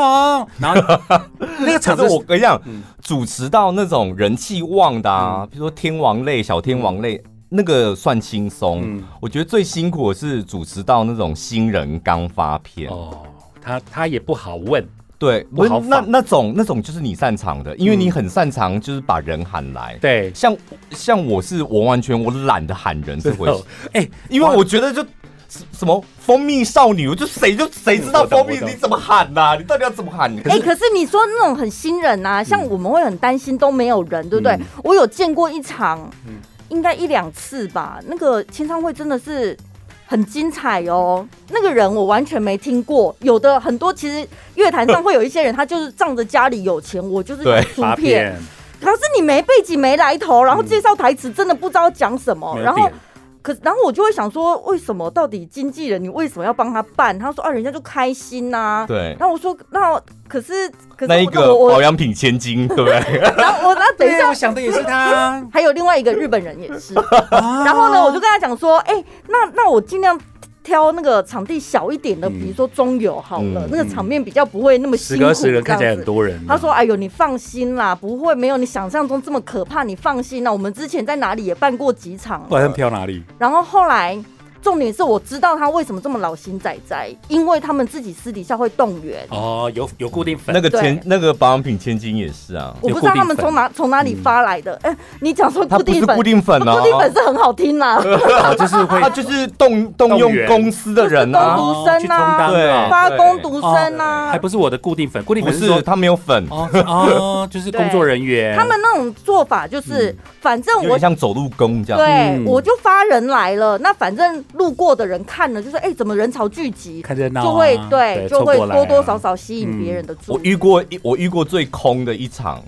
[SPEAKER 3] 然后 那个
[SPEAKER 1] 可
[SPEAKER 3] 场
[SPEAKER 1] 是
[SPEAKER 3] 子
[SPEAKER 1] 我
[SPEAKER 3] 我
[SPEAKER 1] 跟你讲，
[SPEAKER 3] 嗯
[SPEAKER 1] 主持到那种人气旺的啊，比如说天王类、小天王类，那个算轻松。
[SPEAKER 3] 嗯
[SPEAKER 1] 我觉得最辛苦的是主持到那种新人刚发片，
[SPEAKER 3] 哦，他他也不好问，
[SPEAKER 1] 对，
[SPEAKER 3] 不好
[SPEAKER 1] 我那
[SPEAKER 3] 仿
[SPEAKER 1] 那种那种就是你擅长的，因为
[SPEAKER 3] 嗯
[SPEAKER 1] 你很擅长就是把人喊来。
[SPEAKER 3] 对，
[SPEAKER 1] 像像我是我完全我懒得喊人这回事，
[SPEAKER 3] 哎，
[SPEAKER 1] 因为我觉得就。什什么蜂蜜少女？我就谁就谁知道
[SPEAKER 3] 我懂
[SPEAKER 1] 蜂蜜
[SPEAKER 3] 我懂
[SPEAKER 1] 你怎么喊呐、你到底要怎么喊？可
[SPEAKER 2] 哎、
[SPEAKER 1] 是
[SPEAKER 2] 可是你说那种很新人呐、像我们会很担心都没有人，对不对？
[SPEAKER 3] 嗯
[SPEAKER 2] 我有见过一场，
[SPEAKER 3] 嗯
[SPEAKER 2] 应该一两次吧。那个签唱会真的是很精彩哦。那个人我完全没听过，有的很多其实乐坛 上会有一些人，他就是仗着家里有钱，我就是
[SPEAKER 1] 对
[SPEAKER 2] 出
[SPEAKER 3] 发
[SPEAKER 2] 片。
[SPEAKER 3] 片
[SPEAKER 2] 可是你没背景、没来头，然后
[SPEAKER 3] 嗯
[SPEAKER 2] 介绍台词真的不知道讲什么，
[SPEAKER 3] 没有
[SPEAKER 2] 哦然后
[SPEAKER 3] 点
[SPEAKER 2] 可是，然后我就会想说，为什么到底经纪人你为什么要帮他办？他说啊，人家就开心呐、
[SPEAKER 1] 对，
[SPEAKER 2] 然后我说，那可是可是
[SPEAKER 1] 那一
[SPEAKER 2] 我
[SPEAKER 1] 个
[SPEAKER 2] 我
[SPEAKER 1] 保
[SPEAKER 2] 我，
[SPEAKER 1] 养品千金，对不对？
[SPEAKER 2] 然后我那等一
[SPEAKER 3] 对，
[SPEAKER 2] 下
[SPEAKER 3] 我，想啊的也是他。
[SPEAKER 2] 还有另外一个日本人也 是，
[SPEAKER 3] 然
[SPEAKER 2] 然后呢，我就跟他讲说，哎、那那我尽量。挑那个场地小一点的，
[SPEAKER 3] 嗯
[SPEAKER 2] 比如说中友好了，
[SPEAKER 1] 嗯
[SPEAKER 2] 那个场面比较不会那么辛
[SPEAKER 3] 十
[SPEAKER 2] 苦。
[SPEAKER 3] 个二十人看起来很。多人，啊
[SPEAKER 2] 他说：“哎呦，你放心啦，不会没有你想象中这么可怕，你放心啦。我们之前在哪里也办过几场了，
[SPEAKER 3] 不然飘哪里？
[SPEAKER 2] 然后后来，重点是我知道他为什么这么老心仔仔，因为他们自己私底下会动员。
[SPEAKER 3] 哦，有有固定粉
[SPEAKER 1] 那，个
[SPEAKER 2] 对
[SPEAKER 1] 千那个保养品千金也是啊，
[SPEAKER 2] 我不知道他们从哪从哪里发来的。哎、你讲说
[SPEAKER 1] 它
[SPEAKER 2] 固
[SPEAKER 1] 不
[SPEAKER 2] 定
[SPEAKER 1] 是
[SPEAKER 2] 粉，哦
[SPEAKER 1] 固定粉啊，
[SPEAKER 2] 固定粉是很好听啦、
[SPEAKER 3] 哦就是会
[SPEAKER 1] 它就是动动
[SPEAKER 3] 动
[SPEAKER 1] 用
[SPEAKER 3] 员
[SPEAKER 1] 公司的人
[SPEAKER 2] 就是
[SPEAKER 1] 啊，
[SPEAKER 2] 工读生啊
[SPEAKER 3] 去充当
[SPEAKER 1] 对
[SPEAKER 3] 的
[SPEAKER 2] 发工读生啊，
[SPEAKER 3] 还不是我的固定粉，固定
[SPEAKER 1] 不
[SPEAKER 3] 粉是
[SPEAKER 1] 是
[SPEAKER 3] 说
[SPEAKER 1] 他没有粉，
[SPEAKER 3] 哦 哦，就是工作人员，
[SPEAKER 2] 他们那种做法就是，反正
[SPEAKER 1] 嗯有
[SPEAKER 2] 我
[SPEAKER 1] 点。像走路工这样。
[SPEAKER 2] 对，
[SPEAKER 3] 嗯
[SPEAKER 2] 我就发人来了。那反正路过的人看了，就说：“哎、怎么人潮聚集？”
[SPEAKER 3] 看热闹啊
[SPEAKER 2] 就会
[SPEAKER 3] 对
[SPEAKER 2] 对，就会
[SPEAKER 3] 凑过来啊
[SPEAKER 2] 多多少少吸引别人的
[SPEAKER 1] 嗯
[SPEAKER 2] 注
[SPEAKER 1] 我
[SPEAKER 2] 意。
[SPEAKER 1] 遇过一我遇过最空的一场，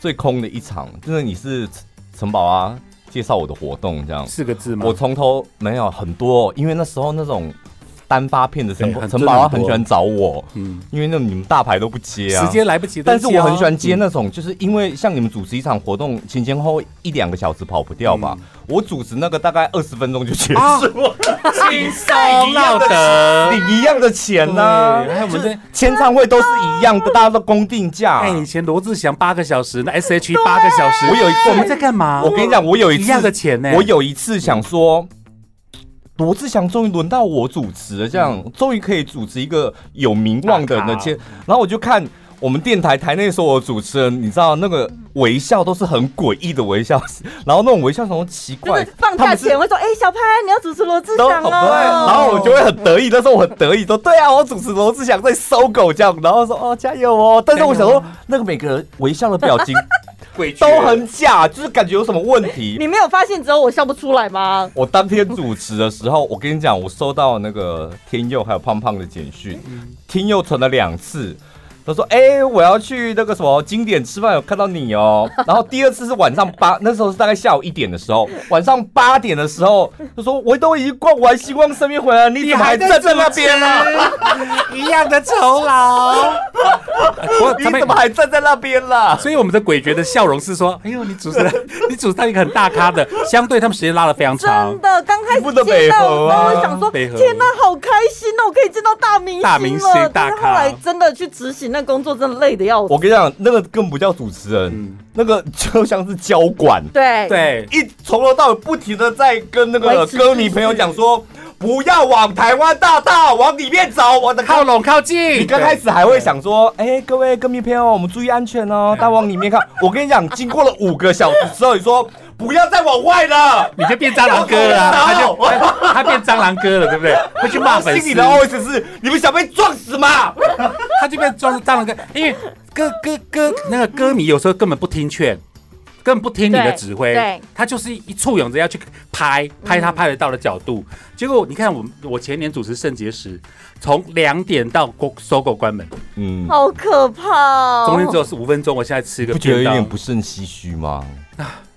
[SPEAKER 1] 最空的一场，就是你是城堡啊，介绍我的活动这样。
[SPEAKER 3] 四个字吗？
[SPEAKER 1] 我从头没有很多、哦因为那时候那种单发片的陈
[SPEAKER 3] 哎对很
[SPEAKER 1] 陈
[SPEAKER 3] 真的
[SPEAKER 1] 宝
[SPEAKER 3] 很
[SPEAKER 1] 拉很喜
[SPEAKER 3] 多
[SPEAKER 1] 欢找我，
[SPEAKER 3] 嗯，
[SPEAKER 1] 因为那种你们大牌都不接啊，
[SPEAKER 3] 时间来不及的
[SPEAKER 1] 但
[SPEAKER 3] 接
[SPEAKER 1] 是
[SPEAKER 3] 哦，
[SPEAKER 1] 我很喜欢接那种，就是因为像你们主持一场活动，前前后后一两个小时跑不掉吧？我主持那个大概二十分钟就结束
[SPEAKER 3] 嗯啊
[SPEAKER 1] 了，
[SPEAKER 3] 轻松闹得。
[SPEAKER 1] 领一样的钱呢、
[SPEAKER 3] 对还有我们在
[SPEAKER 1] 签唱会都是一样的，大家都公定价。
[SPEAKER 3] 哎，以前罗志祥八个小时，
[SPEAKER 1] 哎
[SPEAKER 3] 那 S H E 八个小时，
[SPEAKER 2] 啊
[SPEAKER 1] 我有一次
[SPEAKER 3] 我们在干嘛？
[SPEAKER 1] 我跟你讲，我有一次
[SPEAKER 3] 一样的钱呢
[SPEAKER 1] 我有一次想说，罗志祥终于轮到我主持了，这样
[SPEAKER 3] 嗯
[SPEAKER 1] 终于可以主持一个有名望的人的
[SPEAKER 3] 大咖
[SPEAKER 1] 节。然后我就看我们电台台内所有的主持人，你知道那个微笑都是很诡异的微笑，然后那种微笑什么奇
[SPEAKER 2] 就是
[SPEAKER 1] 怪，
[SPEAKER 2] 放
[SPEAKER 1] 他
[SPEAKER 2] 假
[SPEAKER 1] 们是
[SPEAKER 2] 前会说，哎，小潘你要主持罗志
[SPEAKER 1] 都
[SPEAKER 2] 祥
[SPEAKER 1] 对，
[SPEAKER 2] 哦，
[SPEAKER 1] 然后我就会很得意，那时候我很得意，说对啊，我主持罗志祥在搜狗这样，然后说哦加油哦，但是我想
[SPEAKER 3] 加油
[SPEAKER 1] 说
[SPEAKER 3] 哦
[SPEAKER 1] 那个每个人微笑的 表情
[SPEAKER 3] 鬼
[SPEAKER 1] 都很假，就是感觉有什么问题。
[SPEAKER 2] 你没有发现只有我笑不出来吗？
[SPEAKER 1] 我当天主持的时候，我跟你讲，我收到那个天佑还有胖胖的简讯，天佑传了两次。他说：“哎、我要去那个什么经典吃饭，有看到你哦。”然后第二次是晚上八，那时候是大概下午一点的时候，晚上八点的时候，他说：“我都已经逛完星光身边回来了，你
[SPEAKER 3] 你
[SPEAKER 1] 怎么还
[SPEAKER 3] 还在
[SPEAKER 1] 站在那
[SPEAKER 3] 主持
[SPEAKER 1] 边啊？
[SPEAKER 3] 一样的酬劳。我他
[SPEAKER 1] 你
[SPEAKER 3] 们
[SPEAKER 1] 怎么还站在那边啊啦？”
[SPEAKER 3] 所以我们的诡谲的笑容是说，哎呦，你主持人， 你主持到一个很大咖的，相对他们时间拉的非常长
[SPEAKER 2] 真。的，刚开始
[SPEAKER 1] 不得
[SPEAKER 2] 见
[SPEAKER 1] 北
[SPEAKER 2] 到
[SPEAKER 1] 河
[SPEAKER 2] 我
[SPEAKER 1] 啊
[SPEAKER 2] 我想说，
[SPEAKER 3] 北河
[SPEAKER 2] 天哪，好开心哦，我可以见到大明星了。
[SPEAKER 3] 大明星大
[SPEAKER 2] 但
[SPEAKER 3] 咖
[SPEAKER 2] 是后来真的去执行那工作，真的累的要死。
[SPEAKER 1] 我跟你讲，那个更不叫主持人，
[SPEAKER 3] 嗯
[SPEAKER 1] 那个就像是交管，
[SPEAKER 2] 对，
[SPEAKER 3] 对，
[SPEAKER 1] 一从头到尾不停的在跟那个
[SPEAKER 2] 维持秩序
[SPEAKER 1] 歌迷朋友讲说，不要往台湾大道往里面走，我的靠
[SPEAKER 3] 靠！拢靠近。
[SPEAKER 1] 你刚开始还会想说，哎、各位歌迷朋友，我们注意安全哦，大家往里面看。 我跟你讲，经过了五个小时之后，你 说不要再往外了。
[SPEAKER 3] 对，你就变蟑螂哥 了啊、
[SPEAKER 1] 靠
[SPEAKER 3] 他就
[SPEAKER 1] 拢
[SPEAKER 3] 他他变蟑螂哥了，对不 对？会去骂
[SPEAKER 1] 我
[SPEAKER 3] 粉
[SPEAKER 1] 心里
[SPEAKER 3] 丝
[SPEAKER 1] 的，OS 是：你们想被撞死吗？
[SPEAKER 3] 他就变装蟑螂哥，因为歌歌歌那个歌迷有时候根本不听劝。根本不听你的
[SPEAKER 2] 对
[SPEAKER 3] 指挥
[SPEAKER 2] 对，
[SPEAKER 3] 他就是一簇拥着要去拍拍他拍得到的角度。结果你看我，我前年主持圣洁时，从两点到关搜狗关门，
[SPEAKER 1] 嗯，
[SPEAKER 2] 好可怕、哦。
[SPEAKER 3] 中间只有是五分钟。我现在吃一个
[SPEAKER 1] 不觉得
[SPEAKER 3] 便
[SPEAKER 1] 有
[SPEAKER 3] 当
[SPEAKER 1] 点，不胜唏嘘吗？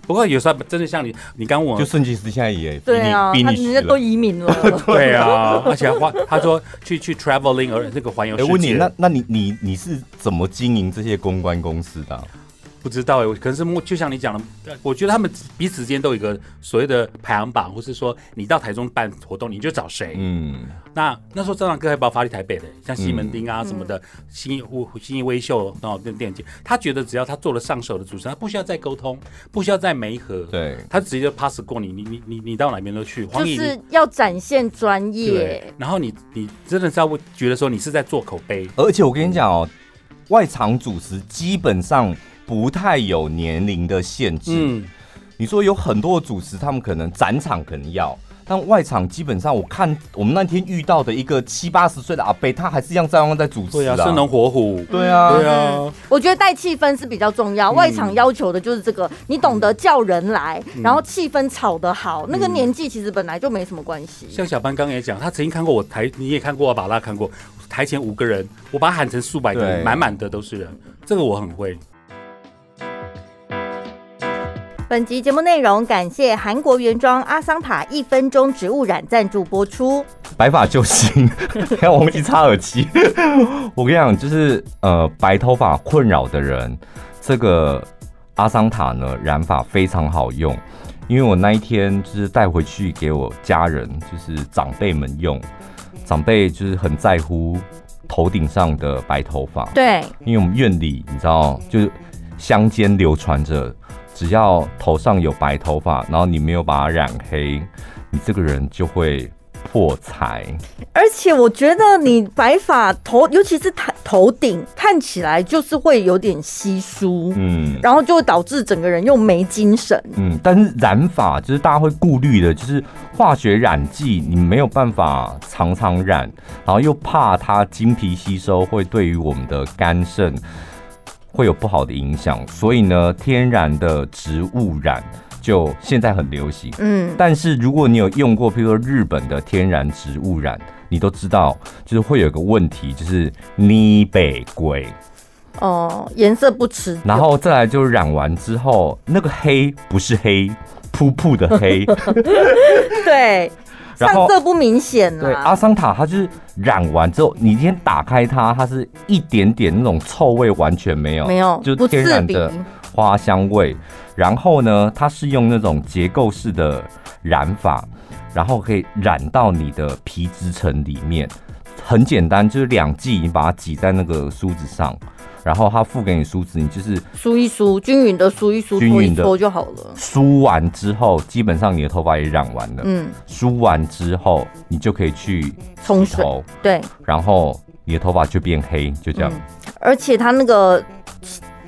[SPEAKER 3] 不过有时候真的像你，你刚问我
[SPEAKER 1] 就， 圣骑士现在也比
[SPEAKER 2] 嗯对
[SPEAKER 1] 你、
[SPEAKER 2] 啊，
[SPEAKER 1] 比
[SPEAKER 2] 他
[SPEAKER 1] 你
[SPEAKER 2] 人
[SPEAKER 1] 虚
[SPEAKER 2] 家
[SPEAKER 1] 了
[SPEAKER 2] 都。移民 了。
[SPEAKER 3] 对啊，而且还花他说去去 traveling 而那个环游
[SPEAKER 1] 哎、
[SPEAKER 3] 世界，
[SPEAKER 1] 问你，那那你你你是怎么经营这些公关公司的啊、
[SPEAKER 3] 不知道哎、我可能是默就像你讲的，我觉得他们彼此之间都有一个所谓的排行榜，或是说你到台中办活动你就找谁。
[SPEAKER 1] 嗯，
[SPEAKER 3] 那那时候张朗哥还把我发去台北的，像西门町啊什么的，新义乌新义威秀然后店店街，他觉得只要他做了上手的主持人，他不需要再沟通，不需要再媒合，
[SPEAKER 1] 对。
[SPEAKER 3] 他直接就 pass 过你，你你你你到哪边都去。
[SPEAKER 2] 就
[SPEAKER 3] 黄颖
[SPEAKER 2] 是要展现专业
[SPEAKER 3] 对，，然后你你真的是要觉得说你是在做口碑，
[SPEAKER 1] 而且我跟你讲哦，外场主持基本上不太有年龄的限制。
[SPEAKER 3] 嗯，
[SPEAKER 1] 你说有很多的主持，他们可能展场可能要，但外场基本上我看我们那天遇到的一个七八十岁的阿伯，他还是一样照样在主持
[SPEAKER 3] 对啊，生龙活虎，
[SPEAKER 1] 对啊，
[SPEAKER 3] 对啊，
[SPEAKER 2] 我觉得带气氛是比较重
[SPEAKER 1] 嗯
[SPEAKER 2] 要。外场要求的就是这个，你懂得叫人来，然后气氛炒得好，那个年纪其实本来就没什么关系。
[SPEAKER 3] 像小班刚刚也讲，他曾经看过我台，你也看过，我把拉看过台前五个人，我把他喊成数百个
[SPEAKER 1] 对
[SPEAKER 3] 人，满满的都是人，这个我很会。
[SPEAKER 2] 本集节目内容感谢韩国原装阿桑塔一分钟植物染赞助播出。
[SPEAKER 1] 白发救星， 还有忘记插耳机。 我跟你讲，就是呃，白头发困扰的人，这个阿桑塔呢染发非常好用，因为我那一天就是带回去给我家人，就是长辈们用，长辈就是很在乎头顶上的白头发，
[SPEAKER 2] 对，
[SPEAKER 1] 因为我们院里你知道，就是乡间流传着，只要头上有白头发，然后你没有把它染黑，你这个人就会破财。
[SPEAKER 2] 而且我觉得你白发头，尤其是头头顶，看起来就是会有点稀疏，
[SPEAKER 1] 嗯
[SPEAKER 2] 然后就会导致整个人又没精神。
[SPEAKER 1] 嗯，但是染发就是大家会顾虑的，就是化学染剂你没有办法常常染，然后又怕它经皮吸收会对于我们的肝肾会有不好的影响，所以呢，天然的植物染就现在很流行。
[SPEAKER 2] 嗯，
[SPEAKER 1] 但是如果你有用过，譬如说日本的天然植物染，你都知道，就是会有一个问题，就是泥北龟，
[SPEAKER 2] 哦、颜色不持久
[SPEAKER 1] 然后再来就是染完之后，那个黑不是黑，扑扑的 黑，
[SPEAKER 2] 对，
[SPEAKER 1] 然
[SPEAKER 2] 上啊
[SPEAKER 1] 后
[SPEAKER 2] 色不明显
[SPEAKER 1] 对，
[SPEAKER 2] 啦。
[SPEAKER 1] 阿桑塔它就是染完之后，你今天打开它，它是一点点那种臭味完全没有，
[SPEAKER 2] 没有
[SPEAKER 1] 就
[SPEAKER 2] 不
[SPEAKER 1] 天
[SPEAKER 2] 刺
[SPEAKER 1] 然的
[SPEAKER 2] 鼻
[SPEAKER 1] 花香味。然后呢，它是用那种结构式的染法，然后可以染到你的皮质层里面。很简单，就是两剂，你把它挤在那个梳子上，然后它付给你梳子，你就是
[SPEAKER 2] 梳一梳，均匀的梳一梳，
[SPEAKER 1] 均
[SPEAKER 2] 搓一
[SPEAKER 1] 匀的
[SPEAKER 2] 搓就好了。
[SPEAKER 1] 梳完之后，基本上你的头发也染完了。
[SPEAKER 2] 嗯，
[SPEAKER 1] 梳完之后，你就可以去
[SPEAKER 2] 冲
[SPEAKER 1] 洗
[SPEAKER 2] 水嗯
[SPEAKER 1] 头，
[SPEAKER 2] 对，
[SPEAKER 1] 然后你的头发就变黑，就这样。
[SPEAKER 2] 而且它那个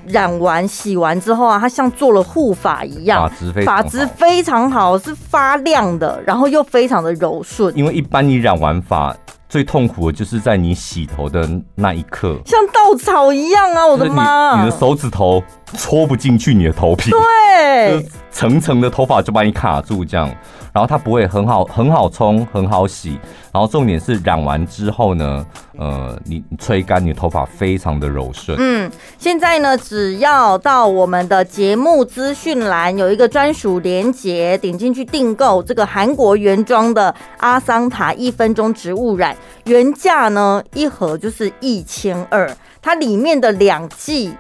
[SPEAKER 2] 染完、洗完之后啊，它像做了护发一样
[SPEAKER 1] 发，质非常
[SPEAKER 2] 发
[SPEAKER 1] 好
[SPEAKER 2] 质非常好，是发亮的，然后又非常的柔顺。
[SPEAKER 1] 因为一般你染完发最痛苦的就是在你洗头的那一刻，
[SPEAKER 2] 像稻草一样啊！我的
[SPEAKER 1] 就是
[SPEAKER 2] 妈！
[SPEAKER 1] 你你的手指头戳不进去你的头皮，就是
[SPEAKER 2] 对，
[SPEAKER 1] 层层的头发就把你卡住这样，然后它不会很好很好冲，很好洗，然后重点是染完之后呢，呃，你你吹干你的头发非常的柔顺。
[SPEAKER 2] 嗯，现在呢，只要到我们的节目资讯栏有一个专属连接，点进去订购这个韩国原装的阿桑塔一分钟植物染，原价呢一盒就是一千二，它里面的两剂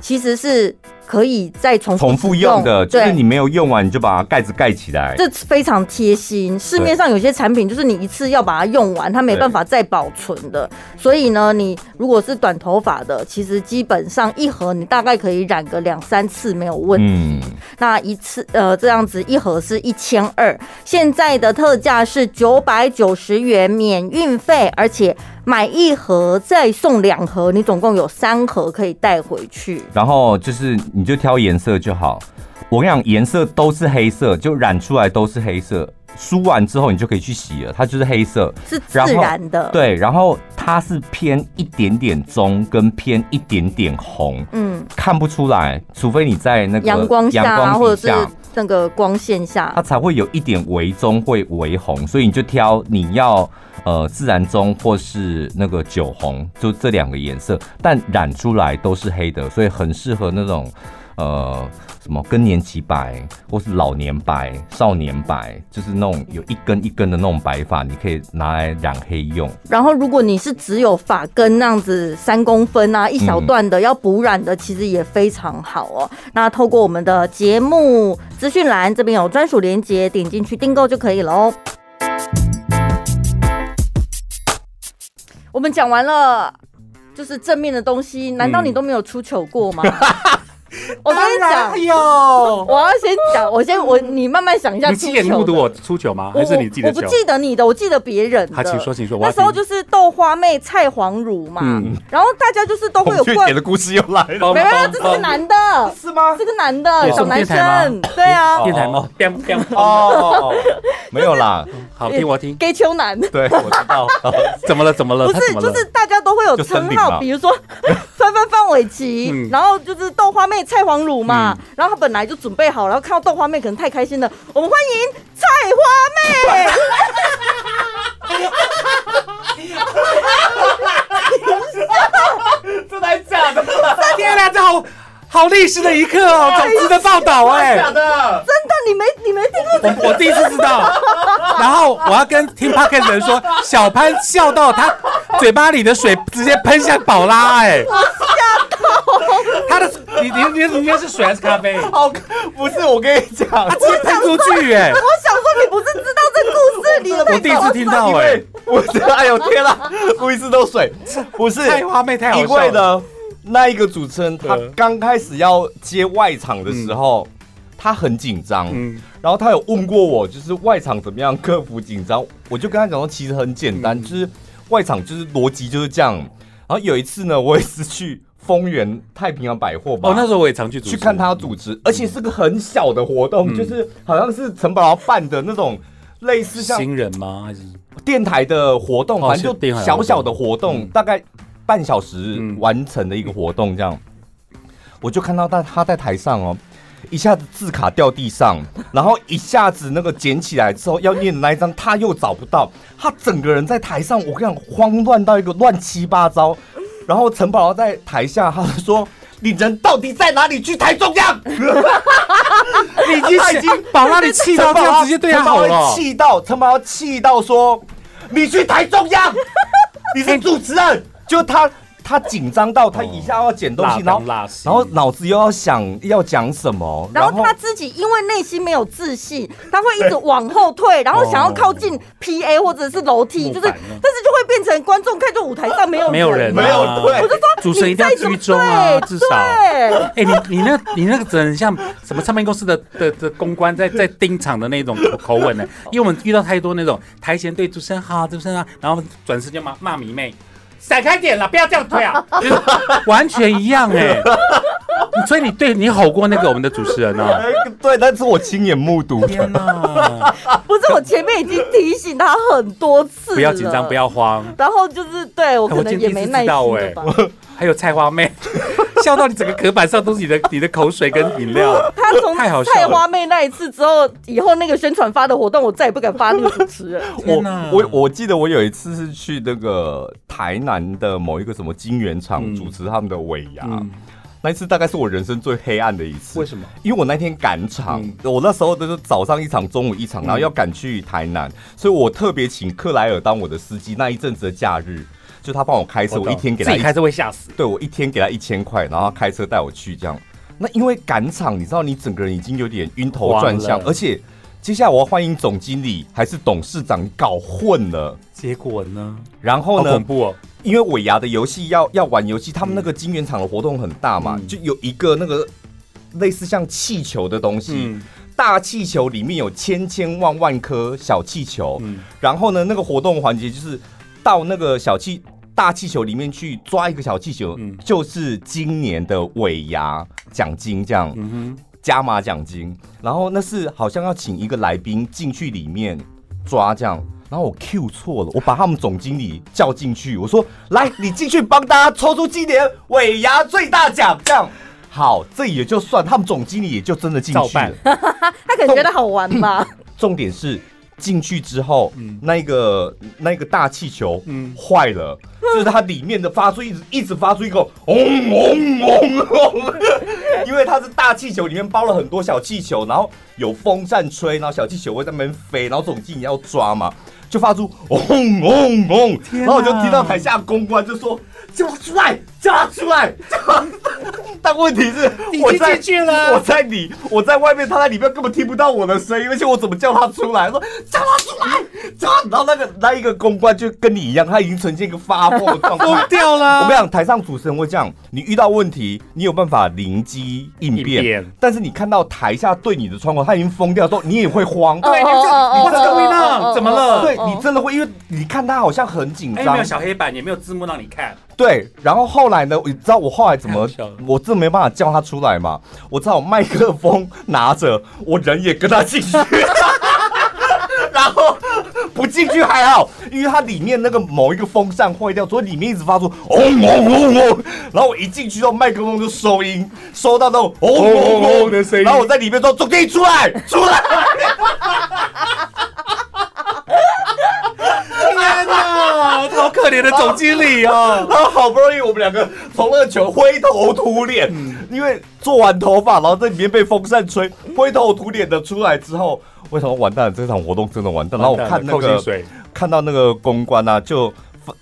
[SPEAKER 2] 其实是可以再重 复
[SPEAKER 1] 重复用的，
[SPEAKER 2] 使
[SPEAKER 1] 就
[SPEAKER 2] 对。
[SPEAKER 1] 是你没有用完，你就把盖子盖起来。
[SPEAKER 2] 这非常贴心。市面上有些产品就是你一次要把它用完，它没办法再保存的。所以呢，你如果是短头发的，其实基本上一盒你大概可以染个两三次没有问题。
[SPEAKER 1] 嗯，
[SPEAKER 2] 那一次呃这样子一盒是一千二，现在的特价是九百九十元免运费，而且买一盒再送两盒，你总共有三盒可以带回去。
[SPEAKER 1] 然后就是你就挑颜色就好。我跟你讲，颜色都是黑色，就染出来都是黑色。梳完之后你就可以去洗了，它就是黑色。
[SPEAKER 2] 是自然的，，
[SPEAKER 1] 对，然后它是偏一点点棕跟偏一点点红，
[SPEAKER 2] 嗯，
[SPEAKER 1] 看不出来，除非你在那个
[SPEAKER 2] 阳光下
[SPEAKER 1] 阳
[SPEAKER 2] 啊
[SPEAKER 1] 光
[SPEAKER 2] 或者
[SPEAKER 1] 底下
[SPEAKER 2] 是那个光线下，
[SPEAKER 1] 它才会有一点微棕会微红，所以你就挑你要呃自然棕或是那个酒红，就这两个颜色，但染出来都是黑的，所以很适合那种呃什么更年期白或是老年白、少年白，就是那种有一根一根的那种白发，你可以拿来染黑用。
[SPEAKER 2] 然后，如果你是只有发根那样子三公分
[SPEAKER 3] 嗯
[SPEAKER 2] 啊，一小段的、要补染的，其实也非常好哦。那透过我们的节目资讯栏这边有专属链接，点进去订购就可以了哦。我们讲完了，就是正面的东西，难道你都没有出糗过吗？
[SPEAKER 3] 嗯
[SPEAKER 2] 我跟你讲
[SPEAKER 3] 哎，呦，
[SPEAKER 2] 我要先讲，我先我你慢慢想一下
[SPEAKER 3] 你
[SPEAKER 2] 出
[SPEAKER 3] 亲眼
[SPEAKER 2] 糗
[SPEAKER 3] 目睹
[SPEAKER 2] 的。
[SPEAKER 3] 我出糗吗？
[SPEAKER 2] 我
[SPEAKER 3] 还是你自己
[SPEAKER 2] 我
[SPEAKER 3] 的
[SPEAKER 2] 不
[SPEAKER 3] 糗？
[SPEAKER 2] 记得你的，我记得别人的。
[SPEAKER 3] 好，请说，请说。我
[SPEAKER 2] 那
[SPEAKER 3] 要
[SPEAKER 2] 时候
[SPEAKER 3] 听
[SPEAKER 2] 就是豆花妹菜黄乳嘛，
[SPEAKER 3] 嗯
[SPEAKER 2] 然后大家就是都会有灌，
[SPEAKER 1] 的故事又来了，
[SPEAKER 3] 帮
[SPEAKER 2] 没有，
[SPEAKER 3] 帮
[SPEAKER 2] 这是
[SPEAKER 3] 帮
[SPEAKER 2] 个男的，
[SPEAKER 1] 是吗
[SPEAKER 2] 这个男的
[SPEAKER 3] 也是
[SPEAKER 2] 小男生
[SPEAKER 3] 电，
[SPEAKER 2] 对啊
[SPEAKER 1] 哦
[SPEAKER 3] 电台猫，砰砰砰
[SPEAKER 1] 哦，没有啦，
[SPEAKER 3] 好听，我听。
[SPEAKER 2] ，gay 秋男，不
[SPEAKER 1] 对， 我知道，
[SPEAKER 3] 怎么了？怎么了？呃他
[SPEAKER 2] 是
[SPEAKER 3] 怎么了
[SPEAKER 2] 就是大家都会有
[SPEAKER 1] 就
[SPEAKER 2] 称
[SPEAKER 1] 森林
[SPEAKER 2] 号，
[SPEAKER 1] 嘛
[SPEAKER 2] 比如 说范范范玮琪
[SPEAKER 3] 嗯，
[SPEAKER 2] 然后就是豆花妹菜黄乳嘛，然后他本来就准备好，然后看到豆花妹可能太开心了，我们欢迎菜 花妹。
[SPEAKER 1] 真的假的？
[SPEAKER 3] 天哪，这好好历史的一刻哦，总值得报道哎、
[SPEAKER 1] 的？
[SPEAKER 2] 真的，你没你没听过这
[SPEAKER 3] 我我第一次知道，然后我要跟听 podcast 的人说，小潘笑到他嘴巴里的水直接喷向宝拉、哎，我吓到，他的你你你你那是水还是咖啡？
[SPEAKER 1] 好，不是 我跟你讲
[SPEAKER 3] 他，直接喷出去、哎，
[SPEAKER 2] 我想说你不是知道这故事，你
[SPEAKER 3] 我第一次听到、
[SPEAKER 1] 因
[SPEAKER 3] 哎
[SPEAKER 1] 为，我是哎呦天啦，路易斯都水，不是
[SPEAKER 3] 菜花妹太好
[SPEAKER 1] 因
[SPEAKER 3] 笑
[SPEAKER 1] 为
[SPEAKER 3] 了，
[SPEAKER 1] 呢，那一个主持人他刚开始要接外场的时候，他很紧张，
[SPEAKER 3] 嗯
[SPEAKER 1] 然后他有问过我，就是外场怎么样克服紧张，我就跟他讲说，其实很简单，
[SPEAKER 3] 嗯
[SPEAKER 1] 就是外场就是逻辑就是这样。然后有一次呢，我也是去丰原太平洋百货吧，
[SPEAKER 3] 哦，那时候嗯我也常去主持
[SPEAKER 1] 去看，他主持，而且是个很小的活
[SPEAKER 3] 嗯
[SPEAKER 1] 动，就是好像是陈宝办的那种。类似像
[SPEAKER 3] 新人吗？还是
[SPEAKER 1] 电台的活动，
[SPEAKER 3] 哦
[SPEAKER 1] 反正
[SPEAKER 3] 是电台
[SPEAKER 1] 就
[SPEAKER 3] 活
[SPEAKER 1] 小小
[SPEAKER 3] 动
[SPEAKER 1] 的活动，大概半小时
[SPEAKER 3] 嗯
[SPEAKER 1] 完成的一个活动这样。嗯我就看到他他在台上哦，一下子字卡掉地上，然后一下子那个捡起来之后要念的那一张他又找不到，他整个人在台上，我跟你讲慌乱到一个乱七八糟。然后陈宝在台下他就说。你人到底在哪里？去台中央，
[SPEAKER 3] 你已经
[SPEAKER 1] 他已经
[SPEAKER 3] 把那里气到这样，直接对他
[SPEAKER 1] 他
[SPEAKER 3] 吼
[SPEAKER 1] 把
[SPEAKER 3] 了
[SPEAKER 1] 我。气到他妈气到说，你去台中
[SPEAKER 3] 哎
[SPEAKER 1] 央，你是主持人，就他。他紧张到他一下要捡东西，
[SPEAKER 3] 哦
[SPEAKER 1] 然后
[SPEAKER 3] 蜡当蜡丝
[SPEAKER 1] 然后脑子又要想要讲什么，
[SPEAKER 2] 然后他自己因为内心没有自信，他会一直往后退，
[SPEAKER 3] 哦
[SPEAKER 2] 然后想要靠近 P A 或者是楼梯，
[SPEAKER 3] 木
[SPEAKER 2] 就是，
[SPEAKER 3] 板
[SPEAKER 2] 但
[SPEAKER 3] 啊
[SPEAKER 2] 是就会变成观众看着舞台上没有
[SPEAKER 3] 没有人啊
[SPEAKER 1] 没有对，
[SPEAKER 3] 主持人一定要居中啊，
[SPEAKER 2] 对
[SPEAKER 3] 至少。
[SPEAKER 2] 对
[SPEAKER 3] 哎、你你那你那个真的很像什么唱片公司的的的公关在在盯场的那种口口吻呢？因为我们遇到太多那种台前对主持人好，主持人好，然后转身就骂骂迷妹，闪开点了，不要这样推啊， 就是完全一样哎、所以你对你吼过那个我们的主持人哦、
[SPEAKER 1] 哎对，那是我亲眼目睹的。
[SPEAKER 3] 天 哪，
[SPEAKER 2] 不是我前面已经提醒他很多次，
[SPEAKER 3] 不要紧张，不。要慌。
[SPEAKER 2] 然后就是对我
[SPEAKER 3] 哎
[SPEAKER 2] 可
[SPEAKER 3] 我
[SPEAKER 2] 能
[SPEAKER 3] 今
[SPEAKER 2] 也
[SPEAKER 3] 天第
[SPEAKER 2] 没
[SPEAKER 3] 一次
[SPEAKER 2] 耐
[SPEAKER 3] 知
[SPEAKER 2] 心
[SPEAKER 3] 道
[SPEAKER 2] 了
[SPEAKER 3] 哎
[SPEAKER 2] 吧。，
[SPEAKER 3] 还有菜花妹，笑到你整个隔板上都是你的你的口水跟饮料。
[SPEAKER 2] 他从
[SPEAKER 3] 太好笑
[SPEAKER 2] 菜
[SPEAKER 3] 了
[SPEAKER 2] 花妹那一次之后，以后那个宣传发的活动，我再也不敢发那个主持 人。
[SPEAKER 1] 我
[SPEAKER 3] 天哪
[SPEAKER 1] 我我记得我有一次是去那个台南的某一个什么金源厂
[SPEAKER 3] 嗯
[SPEAKER 1] 主持他们的尾牙，
[SPEAKER 3] 嗯，
[SPEAKER 1] 那一次大概是我人生最黑暗的一次。
[SPEAKER 3] 为什么？
[SPEAKER 1] 啊因为我那天赶场，
[SPEAKER 3] 嗯
[SPEAKER 1] 我那时候都是早上一场，中午一场，然后要赶去台南，所以我特别请克莱尔当我的司机。那一阵子的假日，就他帮我开车，我一天给他
[SPEAKER 3] 自
[SPEAKER 1] 一
[SPEAKER 3] 己开车会吓死。
[SPEAKER 1] 对我一天给他一千块，然后开车带我去这样。那因为赶场，你知道你整个人已经有点晕头转向
[SPEAKER 3] 慌，了
[SPEAKER 1] 而且接下来我要欢迎总经理还是董事长，你搞混了。
[SPEAKER 3] 结果呢？
[SPEAKER 1] 然
[SPEAKER 3] 好
[SPEAKER 1] 后呢
[SPEAKER 3] 恐，怖哦！
[SPEAKER 1] 因为尾牙的游戏要要玩游戏，他们那个金源厂的活动很大嘛，
[SPEAKER 3] 嗯
[SPEAKER 1] 就有一个那个类似像气球的东西，
[SPEAKER 3] 嗯
[SPEAKER 1] 大气球里面有千千万万颗小气球，
[SPEAKER 3] 嗯，
[SPEAKER 1] 然后呢，那个活动环节就是到那个小气大气球里面去抓一个小气球，
[SPEAKER 3] 嗯
[SPEAKER 1] 就是今年的尾牙奖金这样、
[SPEAKER 3] 嗯哼，
[SPEAKER 1] 加码奖金。然后那是好像要请一个来宾进去里面抓这样。然后我 Q 错了，我把他们总经理叫进去，我说：“来，你进去帮大家抽出今年尾牙最大奖。”这样好，这也就算，他们总经理也就真的进
[SPEAKER 3] 照
[SPEAKER 1] 去
[SPEAKER 3] 办
[SPEAKER 1] 了。
[SPEAKER 2] 他可能觉得好玩 吧，
[SPEAKER 1] 重点是进去之后，
[SPEAKER 3] 嗯
[SPEAKER 1] 那个那个大气球
[SPEAKER 3] 嗯
[SPEAKER 1] 坏了，就是它里面的发出一直一直发出一个嗡嗡嗡嗡， 因为它是大气球里面包了很多小气球，然后有风扇吹，然后小气球会在那边飞，然后总经理要抓嘛。就发出嗡嗡嗡，
[SPEAKER 3] 天
[SPEAKER 1] 然
[SPEAKER 3] 哪
[SPEAKER 1] 后我就听到台下公关就说：“叫他出来，叫他出来。 叫他”但问题是，
[SPEAKER 3] 你
[SPEAKER 1] 我
[SPEAKER 3] 已经
[SPEAKER 1] 在
[SPEAKER 3] 进去了
[SPEAKER 1] 我在里，我在外面，他在里面根本听不到我的声音，而且我怎么叫他出来？说叫他出来，叫他。然后那个那一个公关就跟你一样，他已经呈现一个发疯的状态。
[SPEAKER 3] 疯
[SPEAKER 1] 我
[SPEAKER 3] 掉啊
[SPEAKER 1] 跟你
[SPEAKER 3] 了。
[SPEAKER 1] 讲，台上主持人会这样，你遇到问题，你有办法灵机应变，
[SPEAKER 3] 应变
[SPEAKER 1] 但是你看到台下对你的窗口，他已经疯掉的时候，你也会慌。
[SPEAKER 3] 对
[SPEAKER 2] 哦
[SPEAKER 3] 你这你
[SPEAKER 2] What's
[SPEAKER 3] 这个
[SPEAKER 2] going
[SPEAKER 3] 呢
[SPEAKER 2] on？
[SPEAKER 3] 怎么了
[SPEAKER 1] 对你真的会，因为你看他好像很紧
[SPEAKER 3] 哎，
[SPEAKER 1] 张
[SPEAKER 3] 没有，小黑板，也没有字幕让你看。
[SPEAKER 1] 对，然后后来呢？你知道我后来怎么
[SPEAKER 3] 太好笑了？
[SPEAKER 1] 我真没办法叫他出来嘛，我只好麦克风拿着，我人也跟他进去， 然后不进去还好，因为它里面那个某一个风扇坏掉，所以里面一直发出嗡嗡嗡嗡，然后我一进去，到麦克风就收音，收到那种嗡嗡嗡嗡的声音，然后我在里面说：“总经理出来，出来。”
[SPEAKER 3] 天哪，好可怜的总经理哦。
[SPEAKER 1] 然后 好不容易我们两个从那个球灰头土脸，
[SPEAKER 3] 嗯
[SPEAKER 1] 因为做完头发，然后在里面被风扇吹，灰头土脸的出来之后，为什么完蛋了？这场活动真的完蛋。然后我看那
[SPEAKER 3] 扣薪
[SPEAKER 1] 个
[SPEAKER 3] 水，
[SPEAKER 1] 看到那个公关啊，就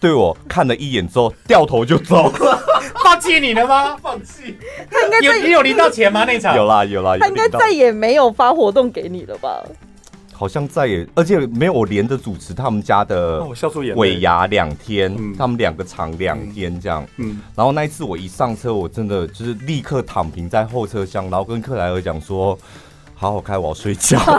[SPEAKER 1] 对我看了一眼之后，掉头就 走了。
[SPEAKER 3] 放弃你了吗？放弃。
[SPEAKER 2] 他应该
[SPEAKER 3] 有
[SPEAKER 2] 再
[SPEAKER 3] 你有领到钱吗？那场
[SPEAKER 1] 有啦有啦，有
[SPEAKER 2] 他应该
[SPEAKER 1] 领到
[SPEAKER 2] 再也没有发活动给你了吧？
[SPEAKER 1] 好像再也，而且没有连着主持他们家的
[SPEAKER 3] 哦我笑出眼泪
[SPEAKER 1] 尾牙两天，
[SPEAKER 3] 嗯
[SPEAKER 1] 他们两个场两天这样。
[SPEAKER 3] 嗯，
[SPEAKER 1] 然后那一次我一上车，我真的就是立刻躺平在后车厢，然后跟克莱尔讲说：“好好开，我要睡觉。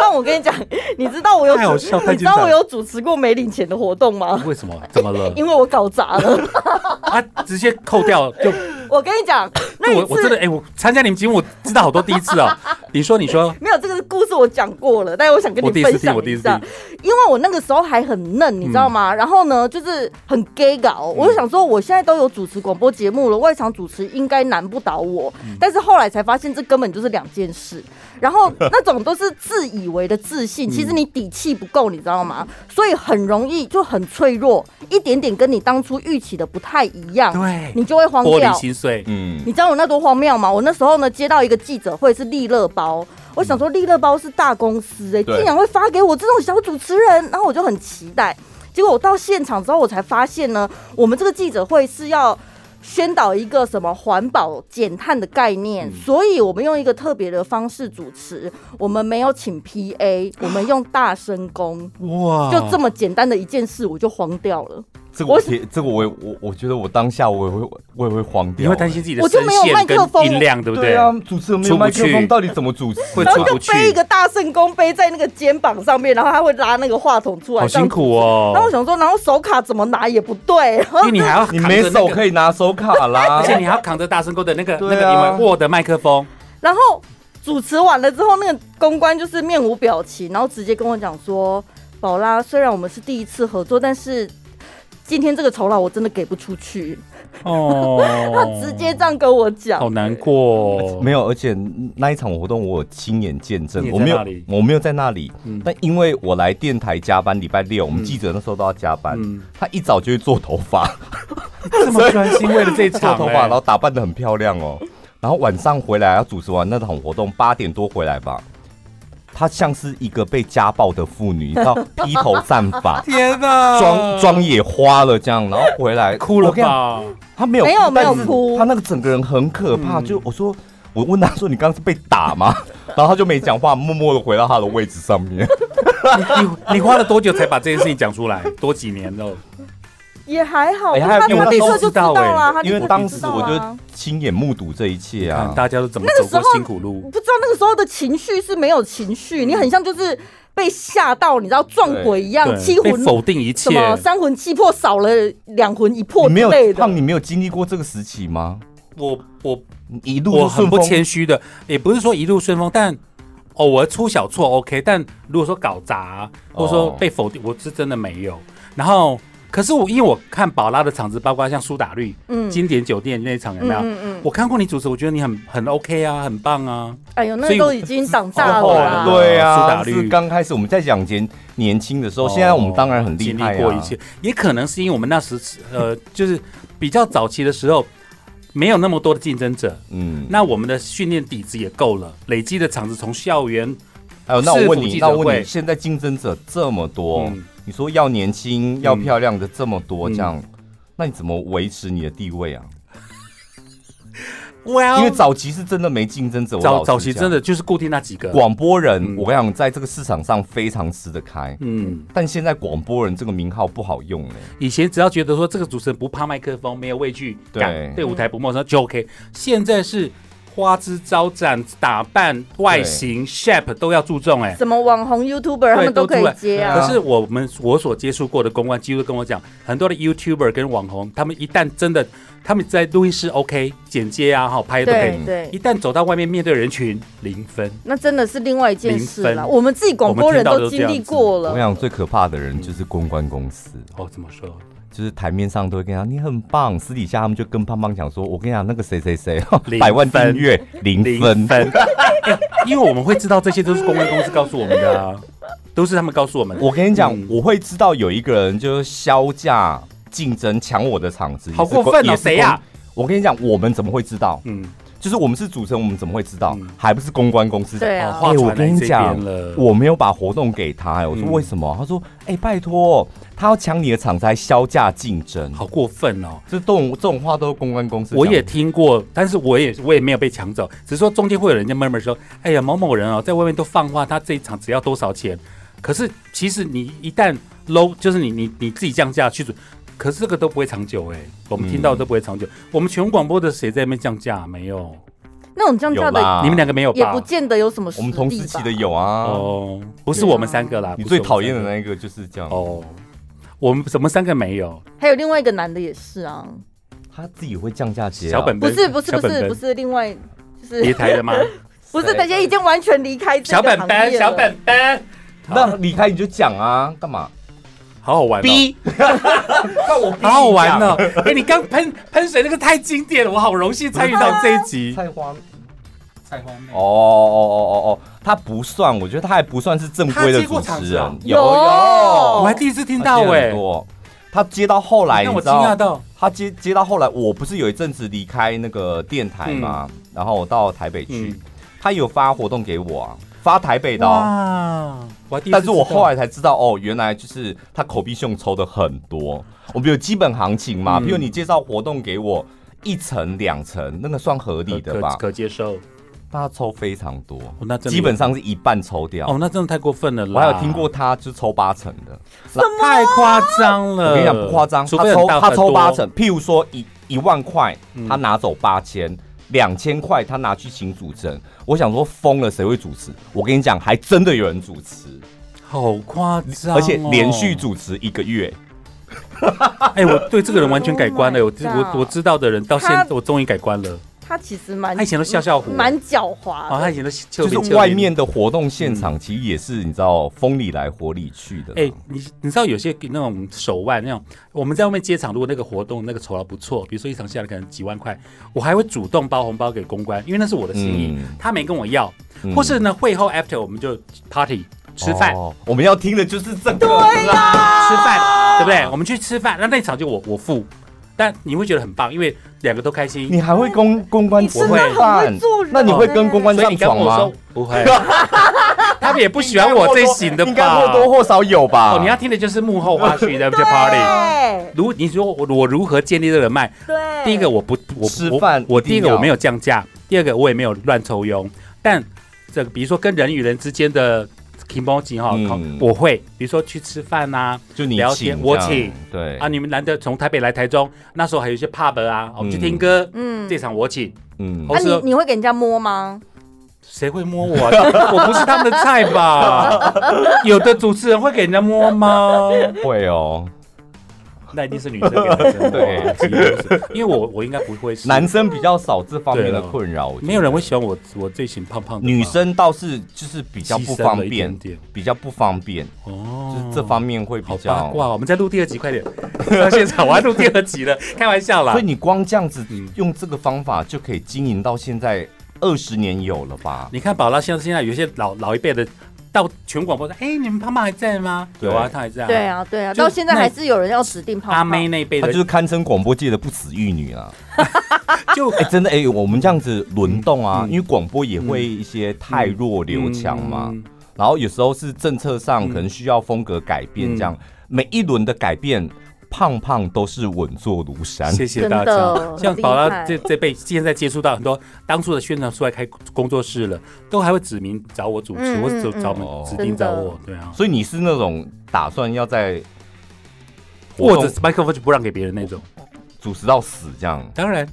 [SPEAKER 2] 但我跟你讲，你知道我有
[SPEAKER 3] 太好
[SPEAKER 2] 主
[SPEAKER 3] 笑太
[SPEAKER 2] 你知
[SPEAKER 3] 精彩
[SPEAKER 2] 道
[SPEAKER 3] 了
[SPEAKER 2] 我有主持过没领钱的活动吗？
[SPEAKER 3] 为什么？怎么了？
[SPEAKER 2] 因为我搞砸了。
[SPEAKER 3] 啊，直接扣掉就。
[SPEAKER 2] 我跟你讲，那
[SPEAKER 3] 就我
[SPEAKER 2] 一
[SPEAKER 3] 我真的
[SPEAKER 2] 次
[SPEAKER 3] 哎，我参加你们节目，我知道好多第一次哦。你说你说，
[SPEAKER 2] 没有这个故事，我讲过了，但是我想跟
[SPEAKER 3] 我
[SPEAKER 2] 你
[SPEAKER 3] 第一次
[SPEAKER 2] 分
[SPEAKER 3] 听，
[SPEAKER 2] 享
[SPEAKER 3] 我第一
[SPEAKER 2] 一
[SPEAKER 3] 次
[SPEAKER 2] 下
[SPEAKER 3] 听，，
[SPEAKER 2] 因为我那个时候还很嫩，你知道吗？然后呢，就是很 gay 搞，我就想说，我现在都有主持广播节目了，外场主持应该难不倒我。
[SPEAKER 3] 嗯
[SPEAKER 2] 但是后来才发现，这根本就是两件事。然后那种都是自以为的自
[SPEAKER 3] 嗯
[SPEAKER 2] 信，其实你底气不够，你知道吗？所以很容易就很脆弱，一点点跟你当初预期的不太一样，
[SPEAKER 3] 对
[SPEAKER 2] 你就会慌
[SPEAKER 3] 玻璃
[SPEAKER 2] 掉。
[SPEAKER 3] 心碎，
[SPEAKER 1] 嗯，
[SPEAKER 2] 你知道我那多荒谬吗？我那时候呢接到一个记者会是利乐包，我想说利乐包是大公司哎、
[SPEAKER 1] 对
[SPEAKER 2] 竟然会发给我这种小主持人，然后我就很期待。结果我到现场之后，我才发现呢，我们这个记者会是要宣导一个什么环保减碳的概念，所以我们用一个特别的方式主持，我们没有请 PA，我们用大声公，
[SPEAKER 3] 哇
[SPEAKER 2] 就这么简单的一件事，我就慌掉了。
[SPEAKER 1] 这个我
[SPEAKER 2] 我
[SPEAKER 1] 也这个我也我我觉得我当下我也会我也会慌掉，
[SPEAKER 3] 你会担心自己的
[SPEAKER 2] 我就
[SPEAKER 3] 声
[SPEAKER 2] 没有麦
[SPEAKER 3] 线
[SPEAKER 2] 克风
[SPEAKER 3] 跟音量，对不
[SPEAKER 1] 对
[SPEAKER 3] 对？
[SPEAKER 1] 啊，主持人没有
[SPEAKER 3] 出不
[SPEAKER 1] 麦克
[SPEAKER 3] 去
[SPEAKER 1] 风，到底怎么主持？
[SPEAKER 3] 会
[SPEAKER 2] 然
[SPEAKER 3] 出
[SPEAKER 2] 后就
[SPEAKER 3] 不去
[SPEAKER 2] 背一个大圣公背在那个肩膀上面，然后他会拉那个话筒出来，
[SPEAKER 3] 好
[SPEAKER 2] 这样
[SPEAKER 3] 辛苦哦
[SPEAKER 2] 然后我，想说，然后手卡怎么拿也不对，然后
[SPEAKER 3] 因为你还要
[SPEAKER 1] 你
[SPEAKER 3] 扛
[SPEAKER 1] 没
[SPEAKER 3] 着那
[SPEAKER 1] 手
[SPEAKER 3] 个
[SPEAKER 1] 可以拿手卡啦
[SPEAKER 3] 而，且你还要扛着大声公的那个、
[SPEAKER 1] 对啊
[SPEAKER 3] 那个你们握的麦克风，
[SPEAKER 2] 然后主持完了之后，那个公关就是面无表情，然后直接跟我讲说，宝拉，虽然我们是第一次合作，但是。今天这个酬劳我真的给不出去，
[SPEAKER 3] 哦，
[SPEAKER 2] 他直接这样跟我讲，
[SPEAKER 3] 好难过、哦，
[SPEAKER 1] 没有，而且那一场活动我有亲眼见证
[SPEAKER 3] 你，也
[SPEAKER 1] 我没
[SPEAKER 3] 在
[SPEAKER 1] 有
[SPEAKER 3] 那里
[SPEAKER 1] 我没有在那里
[SPEAKER 3] 嗯，
[SPEAKER 1] 但因为我来电台加班，礼拜六我们
[SPEAKER 3] 嗯
[SPEAKER 1] 记者那时候都要加班，
[SPEAKER 3] 嗯，
[SPEAKER 1] 他一早就去做头发，
[SPEAKER 3] 这么专心为了这一
[SPEAKER 1] 做
[SPEAKER 3] 场、，
[SPEAKER 1] 头发，然后打扮的很漂亮哦。然后晚上回来，他主持完那场活动，八点多回来吧。她像是一个被家暴的妇女，你知道，披头散发
[SPEAKER 3] 天哪，
[SPEAKER 1] 妆妆也花了这样，然后回来
[SPEAKER 3] 哭了
[SPEAKER 1] 我跟你讲
[SPEAKER 3] 吧？
[SPEAKER 1] 她没有
[SPEAKER 2] 没有没有
[SPEAKER 1] 但是
[SPEAKER 2] 哭
[SPEAKER 1] 她那个整个人很可怕。
[SPEAKER 3] 嗯
[SPEAKER 1] 就我说，我问她说你刚刚是被打吗？ 然后她就没讲话，默默的回到她的位置上面。
[SPEAKER 3] 你你花了多久才把这件事情讲出来？多几年 哦，
[SPEAKER 2] 也还好，
[SPEAKER 1] 哎
[SPEAKER 2] 他
[SPEAKER 1] 还有
[SPEAKER 2] 他
[SPEAKER 1] 因为
[SPEAKER 2] 立刻
[SPEAKER 3] 都
[SPEAKER 2] 就
[SPEAKER 3] 知
[SPEAKER 2] 知道
[SPEAKER 3] 道
[SPEAKER 2] 啦
[SPEAKER 3] 哎，
[SPEAKER 2] 他立
[SPEAKER 1] 欸因为
[SPEAKER 2] 刻
[SPEAKER 1] 当
[SPEAKER 2] 知
[SPEAKER 1] 时
[SPEAKER 2] 道啊
[SPEAKER 1] 我
[SPEAKER 2] 啦
[SPEAKER 1] 就嗯亲眼目睹这一切啊
[SPEAKER 3] 看。大家都怎么
[SPEAKER 2] 那
[SPEAKER 3] 走
[SPEAKER 2] 个时候
[SPEAKER 3] 过辛苦路
[SPEAKER 2] 不，知道那个时候的情绪是没有情绪，你很像就是被吓到，你知道撞鬼一样，七
[SPEAKER 3] 对，被
[SPEAKER 2] 魂
[SPEAKER 3] 否定一切
[SPEAKER 2] 什，么三魂七魄少了两魂一魄
[SPEAKER 1] 你没
[SPEAKER 2] 之
[SPEAKER 1] 有
[SPEAKER 2] 类的
[SPEAKER 1] 胖，。你没有经历过这个时期吗？
[SPEAKER 3] 我我
[SPEAKER 1] 你一路
[SPEAKER 3] 我
[SPEAKER 1] 就
[SPEAKER 3] 很
[SPEAKER 1] 顺
[SPEAKER 3] 不
[SPEAKER 1] 风
[SPEAKER 3] 谦虚的，也不是说一路顺风，但偶尔出小错 OK，但如果说搞砸或者说
[SPEAKER 1] 哦
[SPEAKER 3] 被否定，我是真的没有。然后，可是我因为我看宝拉的场子，包括像苏打绿、
[SPEAKER 2] 嗯
[SPEAKER 3] 经典酒店那一场有没有？
[SPEAKER 2] 嗯，
[SPEAKER 3] 我看过你主持，我觉得你很很 OK 啊，很棒啊。
[SPEAKER 2] 哎呦，那
[SPEAKER 3] 所以
[SPEAKER 2] 都已经长大
[SPEAKER 1] 哦
[SPEAKER 2] 了啦。
[SPEAKER 1] 对啊，
[SPEAKER 3] 苏打绿哦
[SPEAKER 1] 是刚开始我们在讲年年轻的时候，哦现在我们当然很厉害、啊、
[SPEAKER 3] 经历过一切，也可能是因为我们那时呃， 就是比较早期的时候，没有那么多的竞争者，
[SPEAKER 1] 嗯，
[SPEAKER 3] 那我们的训练底子也够了，累积的场子从校园，
[SPEAKER 1] 还有那我问
[SPEAKER 3] 市府
[SPEAKER 1] 你，
[SPEAKER 3] 记
[SPEAKER 1] 那
[SPEAKER 3] 者
[SPEAKER 1] 我问你，
[SPEAKER 3] 会
[SPEAKER 1] 现在竞争者这么多，
[SPEAKER 3] 嗯
[SPEAKER 1] 你说要年轻、要
[SPEAKER 3] 嗯
[SPEAKER 1] 漂亮的这么多，
[SPEAKER 3] 嗯
[SPEAKER 1] 这样，那你怎么维持你的地位啊？
[SPEAKER 3] 哇
[SPEAKER 1] 因为早期是真的没竞争者，我老
[SPEAKER 3] 早
[SPEAKER 1] 实
[SPEAKER 3] 早期
[SPEAKER 1] 讲
[SPEAKER 3] 真的就是固定那几个，
[SPEAKER 1] 广播人，
[SPEAKER 3] 嗯
[SPEAKER 1] 我跟你讲，在这个市场上非常吃得开。
[SPEAKER 3] 嗯，
[SPEAKER 1] 但现在广播人这个名号不好用了、
[SPEAKER 3] 以前只要觉得说这个主持人不怕麦克风，没有畏惧感，
[SPEAKER 1] 对
[SPEAKER 3] 对舞台不陌生就 OK。现在是花枝招展、打扮、外形、shape 都要注重、哎。
[SPEAKER 2] 什么网红 YouTuber 他
[SPEAKER 3] 对，
[SPEAKER 2] 们都可
[SPEAKER 3] 出
[SPEAKER 2] 以
[SPEAKER 3] 来
[SPEAKER 2] 接
[SPEAKER 1] 对
[SPEAKER 2] 啊
[SPEAKER 1] 啊。
[SPEAKER 3] 可是我们我所接触过的公关，几乎都跟我讲，很多的 YouTuber 跟网红，他们一旦真的他们在录音室 OK 剪接啊，哈拍都可
[SPEAKER 2] 对
[SPEAKER 3] 以，
[SPEAKER 2] 对
[SPEAKER 3] 一，旦走到外面面对人群，零分。
[SPEAKER 2] 那真的是另外一件事
[SPEAKER 3] 零
[SPEAKER 2] 了。
[SPEAKER 3] 分
[SPEAKER 2] 我们自己广播人
[SPEAKER 3] 我们
[SPEAKER 2] 都
[SPEAKER 3] 听
[SPEAKER 2] 经
[SPEAKER 3] 到都
[SPEAKER 2] 历过
[SPEAKER 1] 我
[SPEAKER 2] 了。
[SPEAKER 1] 想最可怕的人就是公关公司，
[SPEAKER 3] 哦，怎么说？
[SPEAKER 1] 就是台面上都会跟他你很棒，私底下他们就跟胖胖讲说，我跟你讲那个谁谁谁
[SPEAKER 3] 零分
[SPEAKER 1] 百万订阅零分，
[SPEAKER 3] 分、哎 因为我们会知道这些都是公关公司告诉我们的、啊，都是他们告诉我们的。
[SPEAKER 1] 我跟你讲，
[SPEAKER 3] 嗯
[SPEAKER 1] 我会知道有一个人就是销价竞争抢我的场子，
[SPEAKER 3] 好
[SPEAKER 1] 也是公
[SPEAKER 3] 过分哦
[SPEAKER 1] 也是公
[SPEAKER 3] 谁呀
[SPEAKER 1] 我跟你讲，我们怎么会知道？
[SPEAKER 3] 嗯，
[SPEAKER 1] 就是我们是主持人，我们怎么会知道？
[SPEAKER 3] 嗯
[SPEAKER 1] 还不是公关公司的哎
[SPEAKER 2] 对
[SPEAKER 3] 哦，
[SPEAKER 2] 啊，
[SPEAKER 3] 话
[SPEAKER 1] 我
[SPEAKER 3] 传来
[SPEAKER 1] 跟你
[SPEAKER 3] 这
[SPEAKER 1] 讲
[SPEAKER 3] 边了，
[SPEAKER 1] 我没有把活动给他、哎我说
[SPEAKER 3] 嗯
[SPEAKER 1] 为什么？他说，哎、拜托，他要抢你的场子，还销价竞争，
[SPEAKER 3] 好过分哦。
[SPEAKER 1] 这种这种话都是公关公司讲
[SPEAKER 3] 我
[SPEAKER 1] 的。
[SPEAKER 3] 也听过，但是我也我也没有被抢走，只是说中间会有人家 murmur 说，哎呀某某人哦，在外面都放话，他这一场只要多少钱。可是其实你一旦 low，就是你你你自己降价去主，可是这个都不会长久哎、我们听到的都不会长久。我们全国广播的谁在那边降价？啊没有，
[SPEAKER 2] 那种降价
[SPEAKER 1] 有啦
[SPEAKER 2] 的
[SPEAKER 1] 啊
[SPEAKER 3] 你们两个没有
[SPEAKER 2] 也
[SPEAKER 3] 吧
[SPEAKER 2] 不？见得有什么实
[SPEAKER 1] 我
[SPEAKER 2] 力
[SPEAKER 1] 们
[SPEAKER 2] 吧
[SPEAKER 1] 同时期的有啊。
[SPEAKER 3] 哦，不是我们三个啦，
[SPEAKER 1] 你
[SPEAKER 3] 不是
[SPEAKER 1] 最
[SPEAKER 3] 我们
[SPEAKER 1] 讨厌的
[SPEAKER 3] 三个
[SPEAKER 1] 那一个就是这样，
[SPEAKER 3] 哦，我们我们三个没有，
[SPEAKER 2] 还有另外一个男的也是啊，
[SPEAKER 1] 他自己会降价接啊
[SPEAKER 3] 小本
[SPEAKER 2] 不
[SPEAKER 3] 本
[SPEAKER 2] 是不是
[SPEAKER 3] 小
[SPEAKER 2] 不
[SPEAKER 3] 本
[SPEAKER 2] 是
[SPEAKER 3] 本
[SPEAKER 2] 不是另外就
[SPEAKER 3] 别
[SPEAKER 2] 是
[SPEAKER 3] 台的吗？
[SPEAKER 2] 不是那些已经完全离开这
[SPEAKER 3] 小
[SPEAKER 2] 个
[SPEAKER 3] 本
[SPEAKER 2] 行
[SPEAKER 3] 本，
[SPEAKER 2] 业
[SPEAKER 3] 小
[SPEAKER 2] 了
[SPEAKER 3] 本本，
[SPEAKER 1] 那离开你就讲啊，干嘛？
[SPEAKER 3] 好好玩、哦。
[SPEAKER 1] 逼那我逼
[SPEAKER 3] 好好玩
[SPEAKER 1] 你讲
[SPEAKER 3] 呢、哎、你刚喷喷水那个太经典了，我好荣幸参与到这一 集。
[SPEAKER 1] 菜花妹
[SPEAKER 3] 菜花妹
[SPEAKER 1] 哦哦哦哦哦，他不算，我觉得他还不算是正规的主
[SPEAKER 3] 他接
[SPEAKER 1] 持
[SPEAKER 3] 过场
[SPEAKER 1] 人
[SPEAKER 3] 子啊，
[SPEAKER 2] 有
[SPEAKER 1] 哦
[SPEAKER 3] 我还第一次听到
[SPEAKER 1] 他接
[SPEAKER 3] 哎、
[SPEAKER 1] 很多他接到后来，
[SPEAKER 3] 让
[SPEAKER 1] 你
[SPEAKER 3] 我
[SPEAKER 1] 知
[SPEAKER 3] 惊讶
[SPEAKER 1] 道，
[SPEAKER 3] 到。
[SPEAKER 1] 他接接到后来，我不是有一阵子离开那个电台嘛，然后我到台北去
[SPEAKER 3] 嗯，
[SPEAKER 1] 他有发活动给我啊，发台北的哦。
[SPEAKER 3] 哇！我还第一次知道
[SPEAKER 1] 但是我后来才知道，哦，原来就是他口鼻胸抽的很多。我们有基本行情嘛，
[SPEAKER 3] 嗯
[SPEAKER 1] 比如你介绍活动给我一层两层，那个算合理的吧
[SPEAKER 3] 可？可接受。
[SPEAKER 1] 但他抽非常多，
[SPEAKER 3] 那真的
[SPEAKER 1] 基本上是一半抽掉。
[SPEAKER 3] 哦，那真的太过分了啦。
[SPEAKER 1] 我还有听过他就抽八成的，
[SPEAKER 3] 太夸张了。
[SPEAKER 1] 我跟你讲不夸张，
[SPEAKER 3] 呃除
[SPEAKER 1] 他
[SPEAKER 3] 非
[SPEAKER 1] 抽
[SPEAKER 3] 很大
[SPEAKER 1] 他抽八，
[SPEAKER 3] 很
[SPEAKER 1] 成，譬如说一一万块
[SPEAKER 3] 嗯，
[SPEAKER 1] 他拿走八千。两千块，他拿去请主持人，我想说疯了，谁会主持？我跟你讲，还真的有人主持，
[SPEAKER 3] 多好夸张哦，
[SPEAKER 1] 而且连续主持一个月。
[SPEAKER 3] 哎，我对这个人完全改观了。我
[SPEAKER 2] Oh my god
[SPEAKER 3] 我我知道的人到现
[SPEAKER 2] 他
[SPEAKER 3] 在，我终于改观了。
[SPEAKER 2] 他其实蛮
[SPEAKER 3] 他以前都笑笑虎
[SPEAKER 2] 蛮狡猾
[SPEAKER 3] 哦，
[SPEAKER 2] 的。
[SPEAKER 3] 他以前都就
[SPEAKER 1] 就是外面的活动现场，其实也是你知道风里来火里去的。
[SPEAKER 3] 嗯哎、你你知道有些那种手腕那种，我们在外面接场，如果那个活动那个酬劳不错，比如说一场下来可能几万块，我还会主动包红包给公关，因为那是我的心意，
[SPEAKER 1] 嗯
[SPEAKER 3] 他没跟我要，
[SPEAKER 1] 嗯
[SPEAKER 3] 或是呢会后 after 我们就 party 吃饭、
[SPEAKER 1] 哦我们要听的就是这个啦。
[SPEAKER 3] 吃饭，对不对？我们去吃饭，那那场就我我付，但你会觉得很棒，因为两个都开心。
[SPEAKER 1] 你还会公公关
[SPEAKER 2] 你
[SPEAKER 1] 吃
[SPEAKER 2] 真
[SPEAKER 3] 不会
[SPEAKER 2] 的很
[SPEAKER 1] 饭
[SPEAKER 2] 会？做人，
[SPEAKER 1] 那你会跟公关
[SPEAKER 3] 所以你
[SPEAKER 1] 上
[SPEAKER 3] 刚
[SPEAKER 1] 床
[SPEAKER 3] 我
[SPEAKER 1] 吗哎
[SPEAKER 3] 说？不会， 他们也不喜欢我这型的
[SPEAKER 1] 应该
[SPEAKER 3] 吧
[SPEAKER 1] 或？多或少有吧。
[SPEAKER 3] 哦，你要听的就是幕后花絮，对不对？party。
[SPEAKER 2] 对
[SPEAKER 3] 如你说我我如何建立这个人脉？
[SPEAKER 2] 对，
[SPEAKER 3] 第一个我不我
[SPEAKER 1] 吃
[SPEAKER 3] 我
[SPEAKER 1] 饭
[SPEAKER 3] 我
[SPEAKER 1] 一定
[SPEAKER 3] 第一个
[SPEAKER 1] 要
[SPEAKER 3] 我没有降价，第二个我也没有乱抽佣，但这个比如说跟人与人之间的 k i m o j i 哈
[SPEAKER 1] 嗯，
[SPEAKER 3] 我会比如说去吃饭呐、
[SPEAKER 1] 就你
[SPEAKER 3] 聊天
[SPEAKER 1] 请，
[SPEAKER 3] 我
[SPEAKER 1] 这样
[SPEAKER 3] 请。
[SPEAKER 1] 对
[SPEAKER 3] 啊，你们难得从台北来台中，那时候还有一些 pub 啊，我们去
[SPEAKER 1] 嗯
[SPEAKER 3] 听歌，
[SPEAKER 2] 嗯
[SPEAKER 3] 这，场我请，
[SPEAKER 1] 嗯
[SPEAKER 3] 我
[SPEAKER 2] 那
[SPEAKER 3] 是
[SPEAKER 2] 你你会给人家摸吗？
[SPEAKER 3] 谁会摸我啊？ 我不是他们的菜吧？ 有的主持人会给人家摸吗？
[SPEAKER 1] 会哦，
[SPEAKER 3] 那一定是女生给男生摸啊，其实就是因为我我应该不会是
[SPEAKER 1] 男生比较少这方面的
[SPEAKER 3] 对啊
[SPEAKER 1] 困扰，我觉得
[SPEAKER 3] 没有人会喜欢我我这型胖胖的吧，
[SPEAKER 1] 女生倒是就是比较不方
[SPEAKER 3] 牺牲了一点
[SPEAKER 1] 便，
[SPEAKER 3] 点
[SPEAKER 1] 比较不方便，就
[SPEAKER 3] 哦
[SPEAKER 1] 是这方面会比
[SPEAKER 3] 好
[SPEAKER 1] 较
[SPEAKER 3] 八卦，我们在录第二集，快点 到现场，我要录第二集了，开玩笑啦
[SPEAKER 1] 所以。你光这样子
[SPEAKER 3] 嗯
[SPEAKER 1] 用这个方法就可以经营到现在二十年有了吧？
[SPEAKER 3] 你看宝拉现在现在有些老老一辈的到全广播说，哎，你们胖胖还在吗？
[SPEAKER 1] 对
[SPEAKER 3] 有啊，他还在。
[SPEAKER 2] 对，啊，对啊，
[SPEAKER 3] 就
[SPEAKER 2] 到现在还是有人要指定胖
[SPEAKER 3] 阿妹
[SPEAKER 2] 胖。
[SPEAKER 3] 那一辈
[SPEAKER 1] 她
[SPEAKER 3] 的
[SPEAKER 1] 就是堪称广播界的不死玉女 啊！
[SPEAKER 3] 就
[SPEAKER 1] 哎、真的哎、我们这样子轮动啊，
[SPEAKER 3] 嗯嗯
[SPEAKER 1] 因为广播也会一些太弱留强嘛，然后有时候是政策上
[SPEAKER 3] 嗯
[SPEAKER 1] 可能需要风格改变，
[SPEAKER 3] 嗯
[SPEAKER 1] 这样、每一轮的改变，胖胖都是稳坐如山。
[SPEAKER 3] 谢谢大
[SPEAKER 2] 真
[SPEAKER 3] 家。
[SPEAKER 2] 的
[SPEAKER 3] 像宝
[SPEAKER 2] 很厉
[SPEAKER 3] 拉
[SPEAKER 2] 害
[SPEAKER 3] 这这辈现在接触到很多当初的宣传出来开工作室了，都还会指名找我主持，
[SPEAKER 2] 嗯
[SPEAKER 3] 或者
[SPEAKER 2] 嗯
[SPEAKER 3] 找
[SPEAKER 2] 嗯
[SPEAKER 3] 找我
[SPEAKER 1] 哦
[SPEAKER 3] 们指定
[SPEAKER 2] 真的
[SPEAKER 3] 找我，对啊，
[SPEAKER 1] 所以你是那种打算要在活
[SPEAKER 3] 或
[SPEAKER 1] 动
[SPEAKER 3] 者麦克风就不让给别人那种。
[SPEAKER 1] 主持到死这样？
[SPEAKER 3] 当然，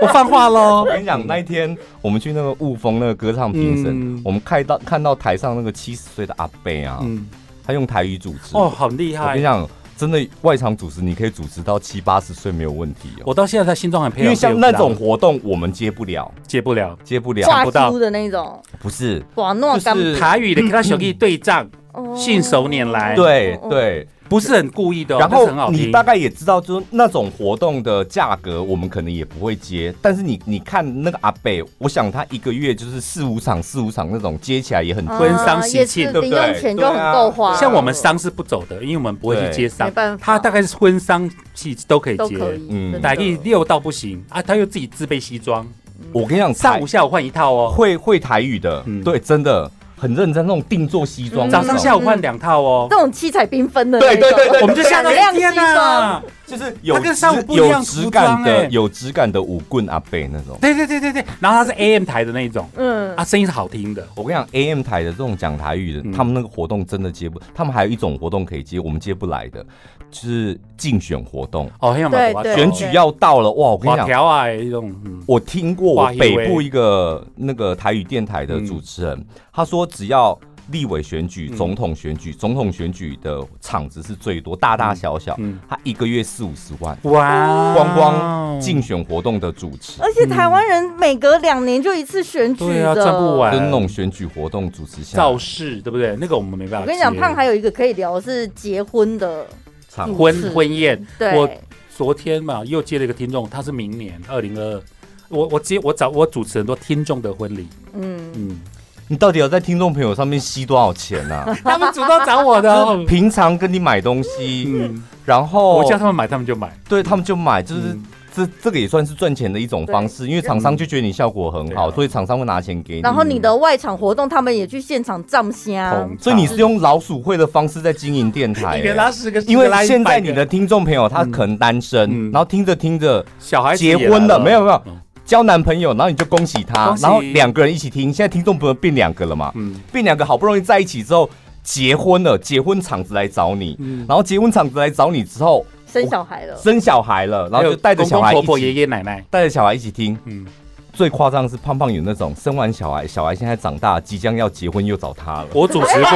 [SPEAKER 3] 我放话喽
[SPEAKER 1] 我。跟你讲，那一天我们去那个雾峰那个歌唱评审，
[SPEAKER 3] 嗯
[SPEAKER 1] 我们看到看到台上那个七十岁的阿贝啊，
[SPEAKER 3] 嗯，
[SPEAKER 1] 他用台语主持。
[SPEAKER 3] 哦，好厉
[SPEAKER 1] 我跟
[SPEAKER 3] 害
[SPEAKER 1] 你！讲，真的外场主持，你可以主持到七八十岁没有问题哦。
[SPEAKER 3] 我到现在在心中很佩服，
[SPEAKER 1] 因为像那种活动，我们接不了，
[SPEAKER 3] 解不了
[SPEAKER 1] 接不
[SPEAKER 3] 想
[SPEAKER 1] 了。
[SPEAKER 2] 挂
[SPEAKER 3] 不到
[SPEAKER 2] 猪的那种，
[SPEAKER 1] 不是，
[SPEAKER 2] 哇，那
[SPEAKER 1] 就
[SPEAKER 2] 干
[SPEAKER 1] 是
[SPEAKER 3] 台语的跟他小弟对
[SPEAKER 1] 嗯
[SPEAKER 3] 仗，信手拈来
[SPEAKER 1] 对
[SPEAKER 2] 哦
[SPEAKER 1] 对。
[SPEAKER 3] 不是很故意的哦，
[SPEAKER 1] 然
[SPEAKER 3] 但是很
[SPEAKER 1] 后
[SPEAKER 3] 好
[SPEAKER 1] 你
[SPEAKER 3] 听。
[SPEAKER 1] 大概也知道，就是那种活动的价格，我们可能也不会接。但是你你看那个阿贝，我想他一个月就是四五场、四五场那种接起来也很
[SPEAKER 2] 嗯
[SPEAKER 3] 婚丧喜
[SPEAKER 2] 也
[SPEAKER 3] 庆
[SPEAKER 2] 是
[SPEAKER 1] 对不
[SPEAKER 2] 零
[SPEAKER 1] 对
[SPEAKER 2] 用钱就很够花。
[SPEAKER 1] 对啊
[SPEAKER 3] 像我们丧是不走的，因为我们不会去接丧
[SPEAKER 2] 没，办法，
[SPEAKER 3] 他大概是婚丧戏都可以
[SPEAKER 2] 都
[SPEAKER 3] 接，
[SPEAKER 2] 可以，
[SPEAKER 1] 嗯
[SPEAKER 2] 真的
[SPEAKER 3] 哪一六到不行啊，他又自己自备西装，
[SPEAKER 1] 我跟你讲，
[SPEAKER 3] 上
[SPEAKER 1] 台
[SPEAKER 3] 午下午换一套哦，
[SPEAKER 1] 会会台语的，
[SPEAKER 3] 嗯
[SPEAKER 1] 对，真的很认真，那种定做西装
[SPEAKER 2] 嗯
[SPEAKER 1] 那
[SPEAKER 3] 早
[SPEAKER 1] 种，
[SPEAKER 3] 上下午换两套哦
[SPEAKER 1] 嗯
[SPEAKER 2] 这。种七彩缤纷的那
[SPEAKER 1] 对
[SPEAKER 2] 种，
[SPEAKER 1] 对对对
[SPEAKER 3] 我们就下个
[SPEAKER 2] 亮西
[SPEAKER 3] 天呐
[SPEAKER 2] 装，
[SPEAKER 1] 就是有
[SPEAKER 3] 它跟上午不一
[SPEAKER 1] 有
[SPEAKER 3] 样
[SPEAKER 1] 质
[SPEAKER 3] 服
[SPEAKER 1] 感
[SPEAKER 3] 装
[SPEAKER 1] 的、
[SPEAKER 3] 欸
[SPEAKER 1] 有质感的舞棍阿贝那种。
[SPEAKER 3] 对对对对对，然后他是 AM 台的那一种，
[SPEAKER 2] 嗯
[SPEAKER 3] 啊，声音是好听的，
[SPEAKER 1] 我跟你讲，AM 台的这种讲台语的，
[SPEAKER 3] 嗯
[SPEAKER 1] 他们那个活动真的接不，他们还有一种活动可以接，我们接不来的，就是竞选活动，
[SPEAKER 3] 哦，很有
[SPEAKER 2] 对
[SPEAKER 3] 马华
[SPEAKER 2] 对
[SPEAKER 1] 选
[SPEAKER 3] 选
[SPEAKER 1] 举要到了，哇！我跟你
[SPEAKER 3] 华
[SPEAKER 1] 讲，
[SPEAKER 3] 条啊，一种嗯，
[SPEAKER 1] 我听过
[SPEAKER 3] 哇
[SPEAKER 1] 我
[SPEAKER 3] 因为嗯
[SPEAKER 1] 北部一个那个台语电台的主持人，他说只要立委选举、总统选举，
[SPEAKER 3] 嗯
[SPEAKER 1] 总统选举的场子是最多，大大小小，
[SPEAKER 3] 嗯嗯
[SPEAKER 1] 他一个月四五十万，
[SPEAKER 3] 哇，
[SPEAKER 1] 光光竞选活动的主持。
[SPEAKER 2] 而且台湾人每隔两年就一次选举
[SPEAKER 3] 对啊
[SPEAKER 2] 的，
[SPEAKER 3] 赚不完
[SPEAKER 1] 跟那种选举活动主持下来，
[SPEAKER 3] 造势，对不对？那个我们没办法接。
[SPEAKER 2] 我跟你讲，胖还有一个可以聊是结婚的，
[SPEAKER 1] 场
[SPEAKER 2] 嗯是
[SPEAKER 3] 婚婚宴，
[SPEAKER 2] 对，
[SPEAKER 3] 我昨天嘛又接了一个听众，他是明年二零二，我我接我找我主持很多听众的婚礼，
[SPEAKER 2] 嗯，
[SPEAKER 3] 嗯，
[SPEAKER 1] 你到底有在听众朋友上面吸多少钱 呢、啊？
[SPEAKER 3] 他们主动找我 的哦，
[SPEAKER 1] 平常跟你买东西，
[SPEAKER 3] 嗯，
[SPEAKER 1] 然后
[SPEAKER 3] 我叫他们买，他们就买，
[SPEAKER 1] 对他们就买，就是
[SPEAKER 3] 嗯
[SPEAKER 1] 这这个也算是赚钱的一种方式，因为厂商就觉得你效果很好，
[SPEAKER 3] 对啊
[SPEAKER 1] 所以厂商会拿钱给你。
[SPEAKER 2] 然后你的外场活动，他们也去现场站虾，
[SPEAKER 3] 捧场
[SPEAKER 1] 所以你是用老鼠会的方式在经营电台、
[SPEAKER 3] 一个拉十个，
[SPEAKER 1] 因
[SPEAKER 3] 一
[SPEAKER 1] 为
[SPEAKER 3] 个拉
[SPEAKER 1] 现在
[SPEAKER 3] 100个
[SPEAKER 1] 你的听众朋友他可能单身，
[SPEAKER 3] 嗯
[SPEAKER 1] 然后听着听着
[SPEAKER 3] 小孩子
[SPEAKER 1] 结
[SPEAKER 3] 也
[SPEAKER 1] 婚
[SPEAKER 3] 来
[SPEAKER 1] 了，没有没有
[SPEAKER 3] 嗯
[SPEAKER 1] 交男朋友，然后你就恭喜他
[SPEAKER 3] 恭，喜
[SPEAKER 1] 然后两个人一起听，现在听众朋友变两个了嘛，
[SPEAKER 3] 嗯
[SPEAKER 1] 变两个好不容易在一起之后结婚了，结婚场子来找你，
[SPEAKER 3] 嗯，
[SPEAKER 1] 然后结婚场子来找你之后
[SPEAKER 2] 生小孩了，
[SPEAKER 1] 生小孩了，然后就带着小
[SPEAKER 3] 还
[SPEAKER 1] 孩
[SPEAKER 3] 有
[SPEAKER 1] 一
[SPEAKER 3] 公公婆婆、爷
[SPEAKER 1] 起
[SPEAKER 3] 爷奶奶，
[SPEAKER 1] 带着小孩一起听，
[SPEAKER 3] 嗯，
[SPEAKER 1] 最夸张的是胖胖有那种生完小孩，小孩现在长大，即将要结婚又找他了。
[SPEAKER 3] 我主持过，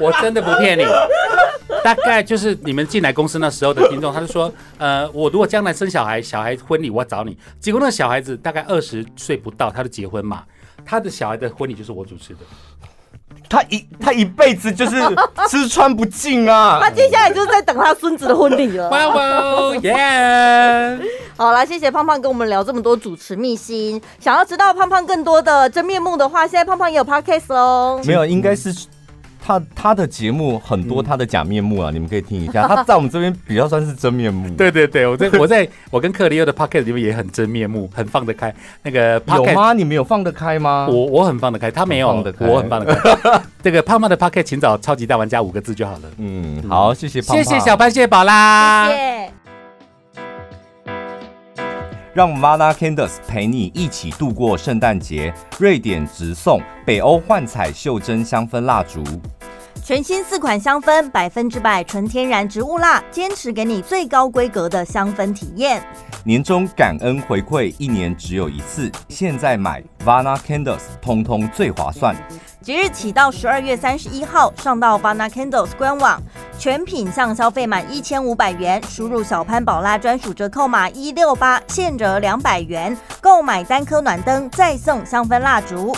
[SPEAKER 3] 我真的不骗你。大概就是你们进来公司那时候的听众，他就说，呃，我如果将来生小孩，小孩婚礼我要找你。结果那个小孩子大概二十岁不到，他就结婚嘛，他的小孩的婚礼就是我主持的。
[SPEAKER 1] 他一他一辈子就是吃穿不进啊
[SPEAKER 2] 他。接下来就是在等他孙子的婚礼了。
[SPEAKER 3] 哇哇耶！
[SPEAKER 2] 好啦，谢谢胖胖跟我们聊这么多主持秘辛。想要知道胖胖更多的真面目的话，现在胖胖也有 podcast 哦。
[SPEAKER 1] 没有，应该是他他的节目很多他的假面目啊，你们可以听一下。他在我们这边比较算是真面目。，
[SPEAKER 3] 对对对，我在 我在我跟克里欧的 p o c k e t 里面也很真面目，很放得开。那个 p o
[SPEAKER 1] 有
[SPEAKER 3] c k e t
[SPEAKER 1] 吗？你们有放得开吗？
[SPEAKER 3] 我我很放得开，他没有，
[SPEAKER 1] 很放得开
[SPEAKER 3] 我很放 得开。这个胖胖的 p o c k e t 请找“超级大玩家”五个字就好了。
[SPEAKER 1] 嗯，好，谢谢胖
[SPEAKER 3] 谢
[SPEAKER 1] 胖，
[SPEAKER 3] 谢小，潘，谢谢宝啦，
[SPEAKER 2] 谢谢。
[SPEAKER 1] 让 Vana Candice 陪你一起度过圣诞节。瑞典直送北欧幻彩袖珍香氛蜡烛。
[SPEAKER 4] 全新四款香氛，百分之百纯天然植物蜡，坚持给你最高规格的香氛体验。
[SPEAKER 1] 年终感恩回馈一年只有一次，现在买 Vana Candles 通通最划算。
[SPEAKER 4] 即日起到十二月三十一号，上到 Vana Candles 官网，全品项消费满一千五百元，输入小潘宝拉专属折扣码一六八，现折两百元，购买单颗暖灯再送香氛蜡烛。